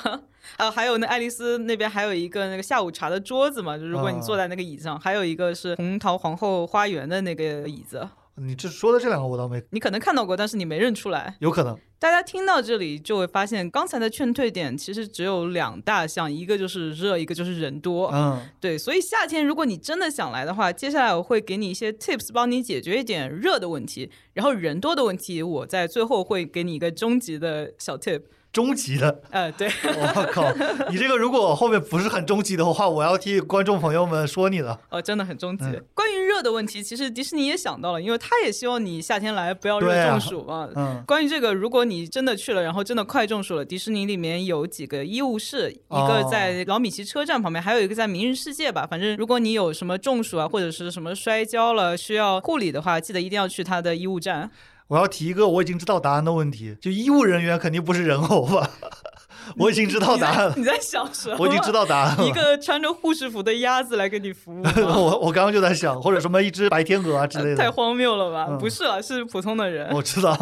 Speaker 1: 啊，还有那爱丽丝那边还有一个那个下午茶的桌子嘛，就如果你坐在那个椅子上，还有一个是红桃皇后花园的那个椅子，
Speaker 2: 嗯你这说的这两个我倒没，
Speaker 1: 你可能看到过，但是你没认出来。
Speaker 2: 有可能。
Speaker 1: 大家听到这里就会发现，刚才的劝退点其实只有两大项，一个就是热，一个就是人多。
Speaker 2: 嗯
Speaker 1: 对，所以夏天如果你真的想来的话，接下来我会给你一些 tips，帮你解决一点热的问题，然后人多的问题，我在最后会给你一个终极的小 tip。
Speaker 2: 终极的，
Speaker 1: 呃，对，
Speaker 2: 我靠！你这个如果后面不是很终极的话，我要替观众朋友们说你了。
Speaker 1: 哦，真的很终极。
Speaker 2: 嗯
Speaker 1: 关于热的问题，其实迪士尼也想到了，因为他也希望你夏天来不要
Speaker 2: 对
Speaker 1: 热
Speaker 2: 啊
Speaker 1: 中暑嘛。
Speaker 2: 嗯
Speaker 1: 关于这个，如果你真的去了，然后真的快中暑了，迪士尼里面有几个医务室，一个
Speaker 2: 哦
Speaker 1: 在老米奇车站旁边，还有一个在明日世界吧。反正如果你有什么中暑啊，或者是什么摔跤了需要护理的话，记得一定要去他的医务站。
Speaker 2: 我要提一个我已经知道答案的问题，就医务人员肯定不是人偶吧？ [LAUGHS] 我已经知道答案了，
Speaker 1: 你在想什么？
Speaker 2: 我已经知道答案
Speaker 1: 一
Speaker 2: 了。
Speaker 1: 个穿着护士服的鸭子来给你服务吗，
Speaker 2: [LAUGHS] 我我刚刚就在想，或者什么一只白天鹅啊之类
Speaker 1: 呃太
Speaker 2: 的，
Speaker 1: 荒谬了吧？
Speaker 2: 嗯
Speaker 1: 不是了，是普通的人。
Speaker 2: 我知
Speaker 1: [LAUGHS]
Speaker 2: 道。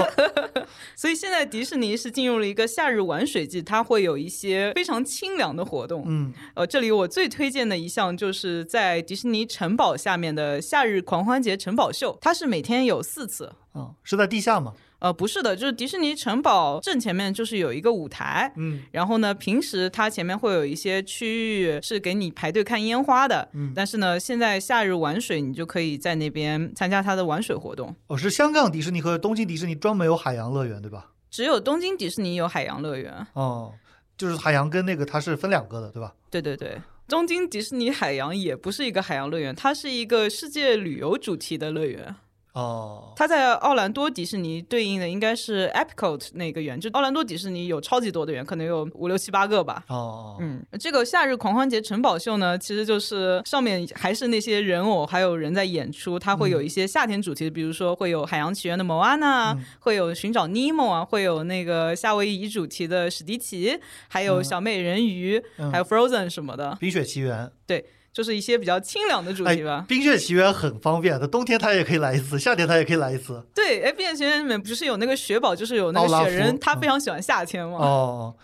Speaker 1: 所以现在迪士尼是进入了一个夏日玩水季，它会有一些非常清凉的活动。
Speaker 2: 嗯，
Speaker 1: 呃，这里我最推荐的一项就是在迪士尼城堡下面的夏日狂欢节城堡秀，它是每天有四次。
Speaker 2: 嗯，是在地下嘛？
Speaker 1: 呃，不是的，就是迪士尼城堡正前面就是有一个舞台，
Speaker 2: 嗯，
Speaker 1: 然后呢，平时它前面会有一些区域是给你排队看烟花的，嗯，但是呢，现在夏日玩水你就可以在那边参加它的玩水活动。
Speaker 2: 哦，是香港迪士尼和东京迪士尼专门有海洋乐园，对吧？
Speaker 1: 只有东京迪士尼有海洋乐园，
Speaker 2: 哦，就是海洋跟那个它是分两个的，对吧？
Speaker 1: 对对对，东京迪士尼海洋也不是一个海洋乐园，它是一个世界旅游主题的乐园。
Speaker 2: 哦，
Speaker 1: 它在奥兰多迪士尼对应的应该是 Epcot 那个园，就奥兰多迪士尼有超级多的园，可能有五六七八个吧。
Speaker 2: 哦，
Speaker 1: 嗯，这个夏日狂欢节城堡秀呢，其实就是上面还是那些人偶，还有人在演出，它
Speaker 2: 嗯
Speaker 1: 会有一些夏天主题，比如说会有海洋奇缘的摩安娜，会有寻找尼莫啊，会有那个夏威夷主题的史迪奇，还有小美人鱼，
Speaker 2: 嗯
Speaker 1: 还有 Frozen 什么的。
Speaker 2: 冰雪奇缘，
Speaker 1: 对，就是一些比较清凉的主
Speaker 2: 哎
Speaker 1: 题吧。，
Speaker 2: 冰雪奇缘很方便，它冬天它也可以来一次，夏天它也可以来一次。
Speaker 1: 对，哎，变形里面不是有那个雪宝，就是有那
Speaker 2: 奥拉
Speaker 1: 个
Speaker 2: 夫
Speaker 1: 雪人，他
Speaker 2: 嗯
Speaker 1: 非常喜欢夏天嘛。
Speaker 2: 哦。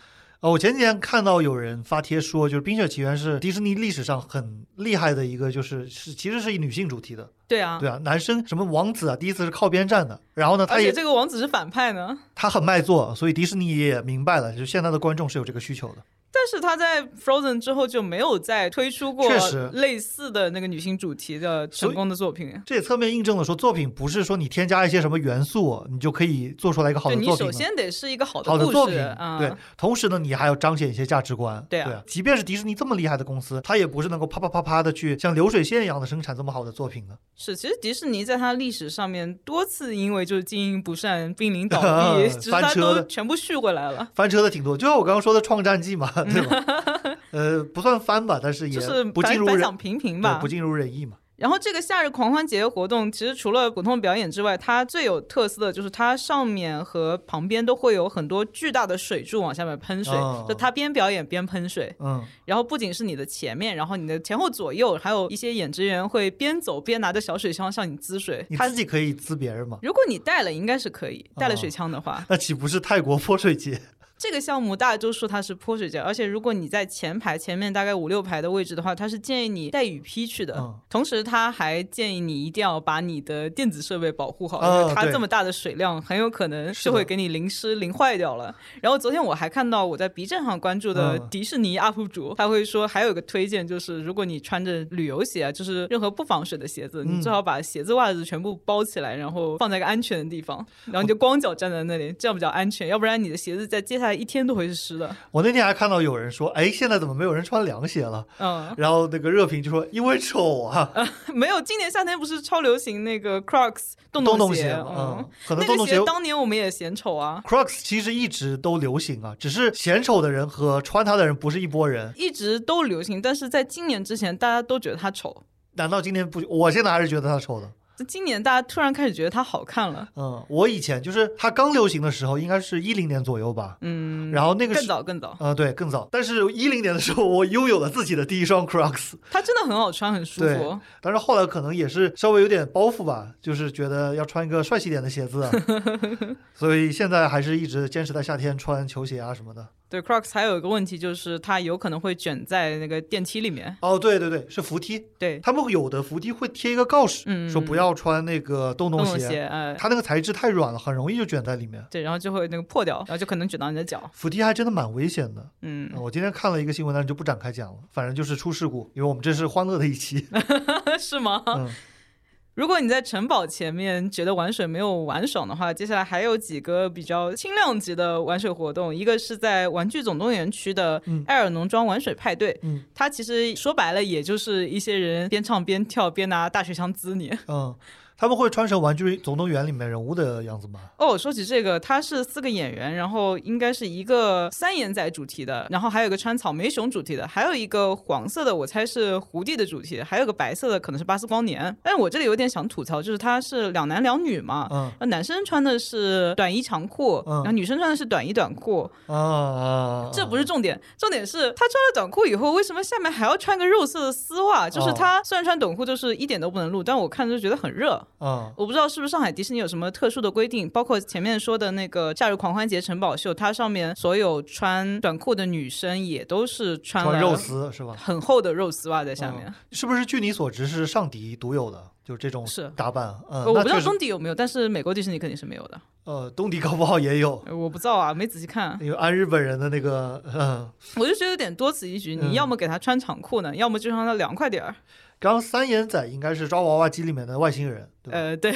Speaker 2: 哦，我前几天看到有人发帖说，就是《冰雪奇缘》是迪士尼历史上很厉害的一个，就是是其实是以女性主题的，
Speaker 1: 对啊，
Speaker 2: 对啊，男生什么王子啊，第一次是靠边站的，然后呢，他
Speaker 1: 而且
Speaker 2: 也
Speaker 1: 这个王子是反派呢，
Speaker 2: 他很卖座，所以迪士尼也明白了，就现在的观众是有这个需求的。
Speaker 1: 但是他在 Frozen 之后就没有再推出过
Speaker 2: 确实
Speaker 1: 类似的那个女性主题的
Speaker 2: 所以
Speaker 1: 成功的作品。
Speaker 2: 这也侧面印证了说，作品不是说你添加一些什么元素，你就可以做出来一个好
Speaker 1: 对
Speaker 2: 的
Speaker 1: 你
Speaker 2: 作
Speaker 1: 首
Speaker 2: 品了。
Speaker 1: 先得是一个好
Speaker 2: 好的作
Speaker 1: 故
Speaker 2: 品
Speaker 1: 事，啊、
Speaker 2: 对，同时呢，你还要彰显一些价值观。
Speaker 1: 对啊
Speaker 2: 即便是迪士尼这么厉害的公司，它也不是能够啪啪啪啪的去像流水线一样的生产这么好的作品的。，
Speaker 1: 是，其实迪士尼在它历史上面多次因为就是经营不善濒临倒闭
Speaker 2: [LAUGHS]
Speaker 1: 只是
Speaker 2: 翻
Speaker 1: 它
Speaker 2: 车
Speaker 1: 都
Speaker 2: 的
Speaker 1: 全部续回来了。
Speaker 2: 翻车的挺多，就像我刚刚说的《创
Speaker 1: [LAUGHS]
Speaker 2: 战记》嘛，对吧？呃，不算翻吧，但是也
Speaker 1: 就是
Speaker 2: 不尽
Speaker 1: 反
Speaker 2: 如
Speaker 1: 反
Speaker 2: 人
Speaker 1: 响平平
Speaker 2: 对
Speaker 1: 吧，
Speaker 2: 不尽如人意嘛。
Speaker 1: 然后这个夏日狂欢节活动，其实除了普通表演之外，它最有特色的就是它上面和旁边都会有很多巨大的水柱往下面喷水，
Speaker 2: 哦
Speaker 1: 就它边表演边喷水。 [LAUGHS]
Speaker 2: 嗯，
Speaker 1: 然后不仅是你的前面，然后你的前后左右，还有一些演职员会边走边拿着小水枪向你滋水。
Speaker 2: 你
Speaker 1: 它
Speaker 2: 自己可以滋别人嘛，哦
Speaker 1: 如果你带了，应该是可以，带了水枪的话，
Speaker 2: 那岂不是泰国泼水节？
Speaker 1: 这个项目大家都说它是泼水节，而且如果你在前排前面大概五六排的位置的话，它是建议你带雨披去的。
Speaker 2: 嗯
Speaker 1: 同时，它还建议你一定要把你的电子设备保护好，
Speaker 2: 哦
Speaker 1: 因为它
Speaker 2: 对
Speaker 1: 这么大的水量，很有可能
Speaker 2: 是
Speaker 1: 就
Speaker 2: 的
Speaker 1: 会给你淋湿、淋坏掉了。然后昨天我还看到我在 B 站上关注的
Speaker 2: 嗯
Speaker 1: 迪士尼 UP 主，他会说还有一个推荐，就是如果你穿着旅游鞋啊，就是任何不防水的鞋子，
Speaker 2: 嗯
Speaker 1: 你最好把鞋子、袜子全部包起来，然后放在一个安全的地方，然后你就光脚站在那里，这样比较安全。要不然你的鞋子在接下来一天都会是湿的。
Speaker 2: 我那天还看到有人说，哎，现在怎么没有人穿凉鞋了？
Speaker 1: 嗯， [LAUGHS]
Speaker 2: 然后那个热评就说，因为丑啊，
Speaker 1: 没有，今年夏天不是超流行那个 Crocs 洞
Speaker 2: 洞洞
Speaker 1: 鞋？
Speaker 2: 嗯
Speaker 1: 嗯，，
Speaker 2: 可能
Speaker 1: 那
Speaker 2: 洞
Speaker 1: 个
Speaker 2: 洞
Speaker 1: 鞋
Speaker 2: 鞋。
Speaker 1: 当年我们也嫌丑啊。
Speaker 2: Crocs 其实一直都流行啊，只是嫌丑的人和穿它的人不是一拨人。
Speaker 1: 一直都流行，但是在今年之前，大家都觉得它丑。
Speaker 2: 难道今天不？我现在还是觉得它丑的。
Speaker 1: 今年大家突然开始觉得它好看了，
Speaker 2: 嗯，我以前就是它刚流行的时候，应该是一零年左右吧。
Speaker 1: 嗯，
Speaker 2: 然后那个
Speaker 1: 更
Speaker 2: 是，
Speaker 1: 早更早，
Speaker 2: 呃，对，更早。但是一零年的时候，我拥有了自己的第一双 Crocs。 [LAUGHS]
Speaker 1: 它真的很好穿，很舒
Speaker 2: 对
Speaker 1: 服。
Speaker 2: 但是后来可能也是稍微有点包袱吧，就是觉得要穿一个帅气点的鞋
Speaker 1: [LAUGHS]
Speaker 2: 子啊，所以现在还是一直坚持在夏天穿球鞋啊什么的。
Speaker 1: 对 Crocs 还有一个问题就是它有可能会卷在那个电梯里面。
Speaker 2: 哦，对对对，是扶梯，
Speaker 1: 对，
Speaker 2: 他们有的扶梯会贴一个告示，
Speaker 1: 哎嗯
Speaker 2: 说不要穿那个洞洞
Speaker 1: 洞鞋，哎，
Speaker 2: 它那个材质太软了，很容易就卷在里面。
Speaker 1: 对，然后就会那个破掉，然后就可能卷到你的脚。
Speaker 2: 扶梯还真的蛮危险的。啊
Speaker 1: 嗯， [LAUGHS]
Speaker 2: 我今天看了一个新闻，但是就不展开讲了，反正就是出事故，因为我们这是欢乐的一期。
Speaker 1: 是吗？
Speaker 2: 嗯
Speaker 1: 如果你在城堡前面觉得玩水没有玩爽的话，接下来还有几个比较轻量级的玩水活动，一个是在玩具总动员区的
Speaker 2: 嗯
Speaker 1: 艾尔农庄玩水派对，
Speaker 2: 嗯
Speaker 1: 它其实说白了也就是一些人边唱边跳边拿大水枪滋你。
Speaker 2: 嗯，他们会穿成《玩具总动员》里面人物的样子吗？
Speaker 1: 哦，说起这个，它是四个演员，然后应该是一个三眼仔主题的，然后还有一个穿草莓熊主题的，还有一个黄色的，我猜是胡地的主题，还有个白色的可能是巴斯光年。但是我这里有点想吐槽，就是它是两男两女嘛，
Speaker 2: 嗯
Speaker 1: 那男生穿的是短衣长裤，
Speaker 2: 嗯
Speaker 1: 然后女生穿的是短衣短裤，
Speaker 2: 啊啊，啊
Speaker 1: 这不是重点，重点是他穿了短裤以后，为什么下面还要穿个肉色的丝袜？就是
Speaker 2: 哦
Speaker 1: 他虽然穿短裤，就是一点都不能露，但我看着就觉得很热。
Speaker 2: 啊
Speaker 1: 我不知道是不是上海迪士尼有什么特殊的规定，包括前面说的那个《夏日狂欢节城堡秀》，它上面所有穿短裤的女生也都是穿了
Speaker 2: 穿肉丝啊嗯是吧？
Speaker 1: 很厚的肉丝袜在下面。
Speaker 2: 是不是据你所知是上迪独有的，就是这种
Speaker 1: 是
Speaker 2: 打扮？嗯，
Speaker 1: 呃我
Speaker 2: 那
Speaker 1: 不知道
Speaker 2: 确实
Speaker 1: 东迪有没有，但是美国迪士尼肯定是没有的。
Speaker 2: 呃，东迪搞不好也有，
Speaker 1: 呃我不知道啊，没仔细看。
Speaker 2: 因为按日本人的那个，嗯，
Speaker 1: 我就觉得有点多此一举。
Speaker 2: 嗯
Speaker 1: 你要么给他穿长裤呢，要么就让他凉快点儿。
Speaker 2: 刚刚三眼仔应该是抓娃娃机里面的外星人，对吧？
Speaker 1: 呃，对，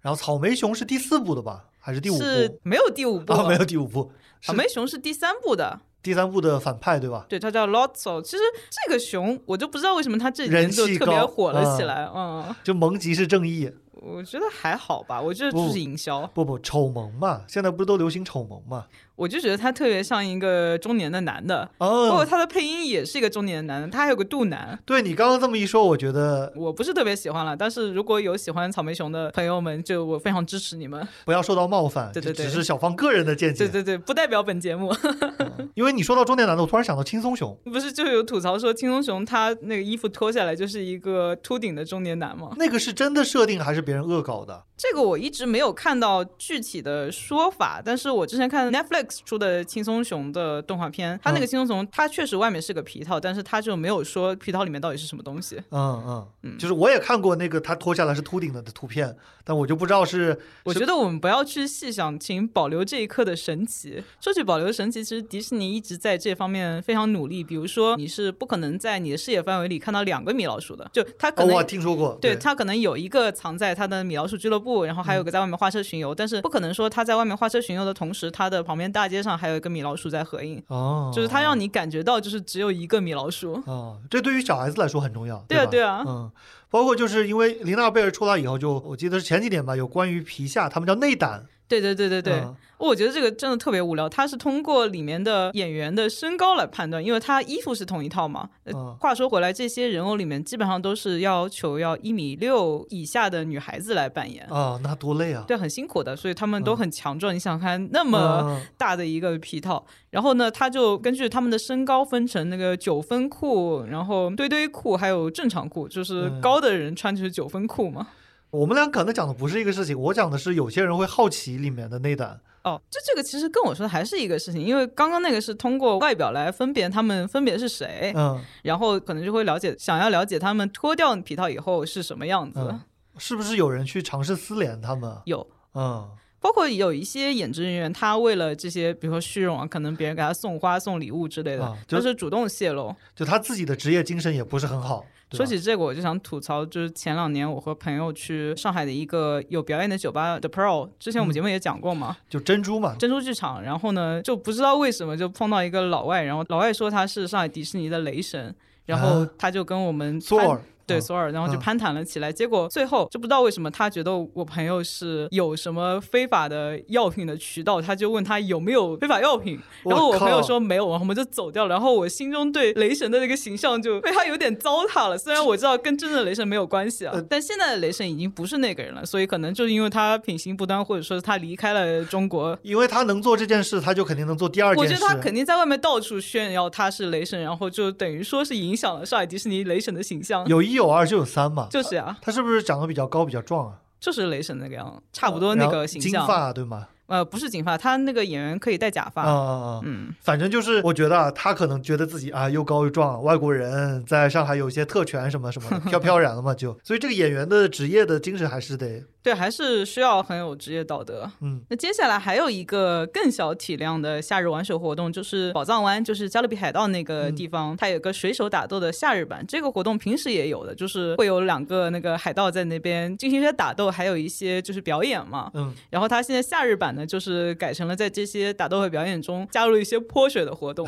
Speaker 2: 然后草莓熊是第四部的吧，还是第五
Speaker 1: 是
Speaker 2: 部？
Speaker 1: 没有第五部，
Speaker 2: 啊，没有第五部，
Speaker 1: 草莓熊是第三部的，
Speaker 2: 第三部的反派对吧？
Speaker 1: 对，它叫 Lotso。其实这个熊，我就不知道为什么它这几年
Speaker 2: 人
Speaker 1: 就
Speaker 2: 气
Speaker 1: 特别
Speaker 2: 高
Speaker 1: 火了起来。嗯，
Speaker 2: 就萌吉是正义，
Speaker 1: 我觉得还好吧，我觉得就是营销，
Speaker 2: 不不，丑萌嘛，现在不是都流行丑萌嘛？
Speaker 1: 我就觉得它特别像一个中年的男的。包括
Speaker 2: 哦，
Speaker 1: 它的配音也是一个中年的男的，他还有个肚腩，
Speaker 2: 对你刚刚这么一说，我觉得
Speaker 1: 我不是特别喜欢了。但是如果有喜欢草莓熊的朋友们，就我非常支持你们。
Speaker 2: 不要受到冒犯，
Speaker 1: 对对
Speaker 2: 这
Speaker 1: 对
Speaker 2: 只是小芳个人的见
Speaker 1: 对
Speaker 2: 解。
Speaker 1: 对对，不代表本节目。 [LAUGHS]
Speaker 2: 嗯因为你说到中年男的，我突然想到轻松熊，
Speaker 1: 不是就有吐槽说青松熊他那个衣服脱下来就是一个秃顶的中年男吗？
Speaker 2: 那个是真的设定还是别人恶搞的？
Speaker 1: 这个我一直没有看到具体的说法，但是我之前看 Netflix 出的青松熊的动画片，它那
Speaker 2: 嗯
Speaker 1: 个青松熊它确实外面是个皮套，但是它就没有说皮套里面到底是什么东西。
Speaker 2: 嗯嗯就是我也看过那个他脱下来是秃顶的的图片，但我就不知道是
Speaker 1: 我觉得我们不要去细想，请保留这一刻的神奇。说起保留神奇，其实迪士尼一直在这方面非常努力。比如说，你是不可能在你的视野范围里看到两个米老鼠的，就它可
Speaker 2: 哦，
Speaker 1: 能
Speaker 2: 我听说过，
Speaker 1: 对
Speaker 2: 对，嗯
Speaker 1: 他可能有一个藏在他的米老鼠俱乐部，然后还有个在外面画车巡游，但是不可能说他在外面画车巡游的同时，他的旁边大街上还有一个米老鼠在合影，
Speaker 2: 哦，
Speaker 1: 就是他让你感觉到就是只有一个米老鼠。
Speaker 2: 哦，这对于小孩子来说很重要，
Speaker 1: 嗯对啊
Speaker 2: 吧
Speaker 1: 对啊
Speaker 2: 嗯，包括就是因为琳娜贝尔出来以后就，我记得是前几年吧，有关于皮下，他们叫内胆，
Speaker 1: 对对对对对，
Speaker 2: 嗯
Speaker 1: 我觉得这个真的特别无聊。他是通过里面的演员的身高来判断，因为他衣服是同一套嘛。呃
Speaker 2: 嗯
Speaker 1: 话说回来，这些人偶里面基本上都是要求要一米六以下的女孩子来扮演。
Speaker 2: 啊，那多累啊，
Speaker 1: 对，很辛苦的，所以他们都
Speaker 2: 嗯
Speaker 1: 很强壮。你想看那
Speaker 2: 那
Speaker 1: 么大的一个皮套，然后呢，他就根据他们的身高分成那个九分裤，然后堆堆裤，还有正常裤，就是
Speaker 2: 嗯
Speaker 1: 高的人穿就是九分裤嘛。
Speaker 2: 我们俩可能讲的不是一个事情，我讲的是有些人会好奇里面的内胆，
Speaker 1: 哦，这这个其实跟我说的还是一个事情，因为刚刚那个是通过外表来分辨他们分别是谁，
Speaker 2: 嗯，
Speaker 1: 然后可能就会了解，想要了解他们脱掉皮套以后是什么样子。
Speaker 2: 嗯是不是有人去尝试私联他们？
Speaker 1: 有，
Speaker 2: 嗯，
Speaker 1: 包括有一些演职人员，他为了这些，比如说虚荣啊，可能别人给他送花、送礼物之类的，
Speaker 2: 啊就
Speaker 1: 他是主动泄露。
Speaker 2: 就他自己的职业精神也不是很好。对吧
Speaker 1: 说起这个，我就想吐槽，就是前两年我和朋友去上海的一个有表演的酒吧的 Pro，之前
Speaker 2: 嗯
Speaker 1: 我们节目也讲过嘛，
Speaker 2: 就珍珠嘛，
Speaker 1: 珍珠剧场，然后呢，就不知道为什么就碰到一个老外，然后老外说他是上海迪士尼的雷神，然后
Speaker 2: 啊
Speaker 1: 他就跟我们
Speaker 2: 索
Speaker 1: 攀
Speaker 2: 尔
Speaker 1: 对
Speaker 2: 嗯
Speaker 1: 索尔，然后就
Speaker 2: 嗯
Speaker 1: 攀谈了起来。结果最后就不知道为什么，他觉得我朋友是有什么非法的药品的渠道，他就问他有没有非法药品，
Speaker 2: 我
Speaker 1: 然后我朋友
Speaker 2: 靠
Speaker 1: 说没有，然后我们就走掉了。然后我心中对雷神的那个形象就被他有点糟蹋了，虽然我知道跟真正的雷神没有关系啊
Speaker 2: 呃，
Speaker 1: 但现在的雷神已经不是那个人了，所以可能就是因为他品行不端，或者说是他离开了中国，
Speaker 2: 因为他能做这件事，他就肯定能做第二
Speaker 1: 我觉
Speaker 2: 件事。
Speaker 1: 得他肯定在外面到处炫耀他是雷神，然后就等于说是影响了上海迪士尼雷神的形象。
Speaker 2: 有一有二就有三嘛。
Speaker 1: 就是呀、啊，
Speaker 2: 他是不是长得比较高、比较壮啊？
Speaker 1: 就是雷神那个样，差不多那
Speaker 2: 然后
Speaker 1: 个形
Speaker 2: 金
Speaker 1: 象。
Speaker 2: 发对吗？
Speaker 1: 呃，不是金发，他那个演员可以戴假
Speaker 2: 啊
Speaker 1: 发。
Speaker 2: 啊啊！
Speaker 1: 嗯，
Speaker 2: 反正就是我觉得啊，他可能觉得自己啊又高又壮，外国人在上海有一些特权什么什么
Speaker 1: [LAUGHS]
Speaker 2: 的，飘飘然了嘛就。所以这个演员的职业的精神还是得
Speaker 1: 对，还是需要很有职业道德。
Speaker 2: 嗯
Speaker 1: 那接下来还有一个更小体量的夏日玩水活动，就是宝藏湾，就是加勒比海盗那
Speaker 2: 嗯
Speaker 1: 个地方，它有个水手打斗的夏日版。这个活动平时也有的，就是会有两个那个海盗在那边进行一些打斗，还有一些就是表演嘛。
Speaker 2: 嗯
Speaker 1: 然后它现在夏日版呢，就是改成了在这些打斗和表演中加入一些泼水的
Speaker 2: [LAUGHS]
Speaker 1: 活动，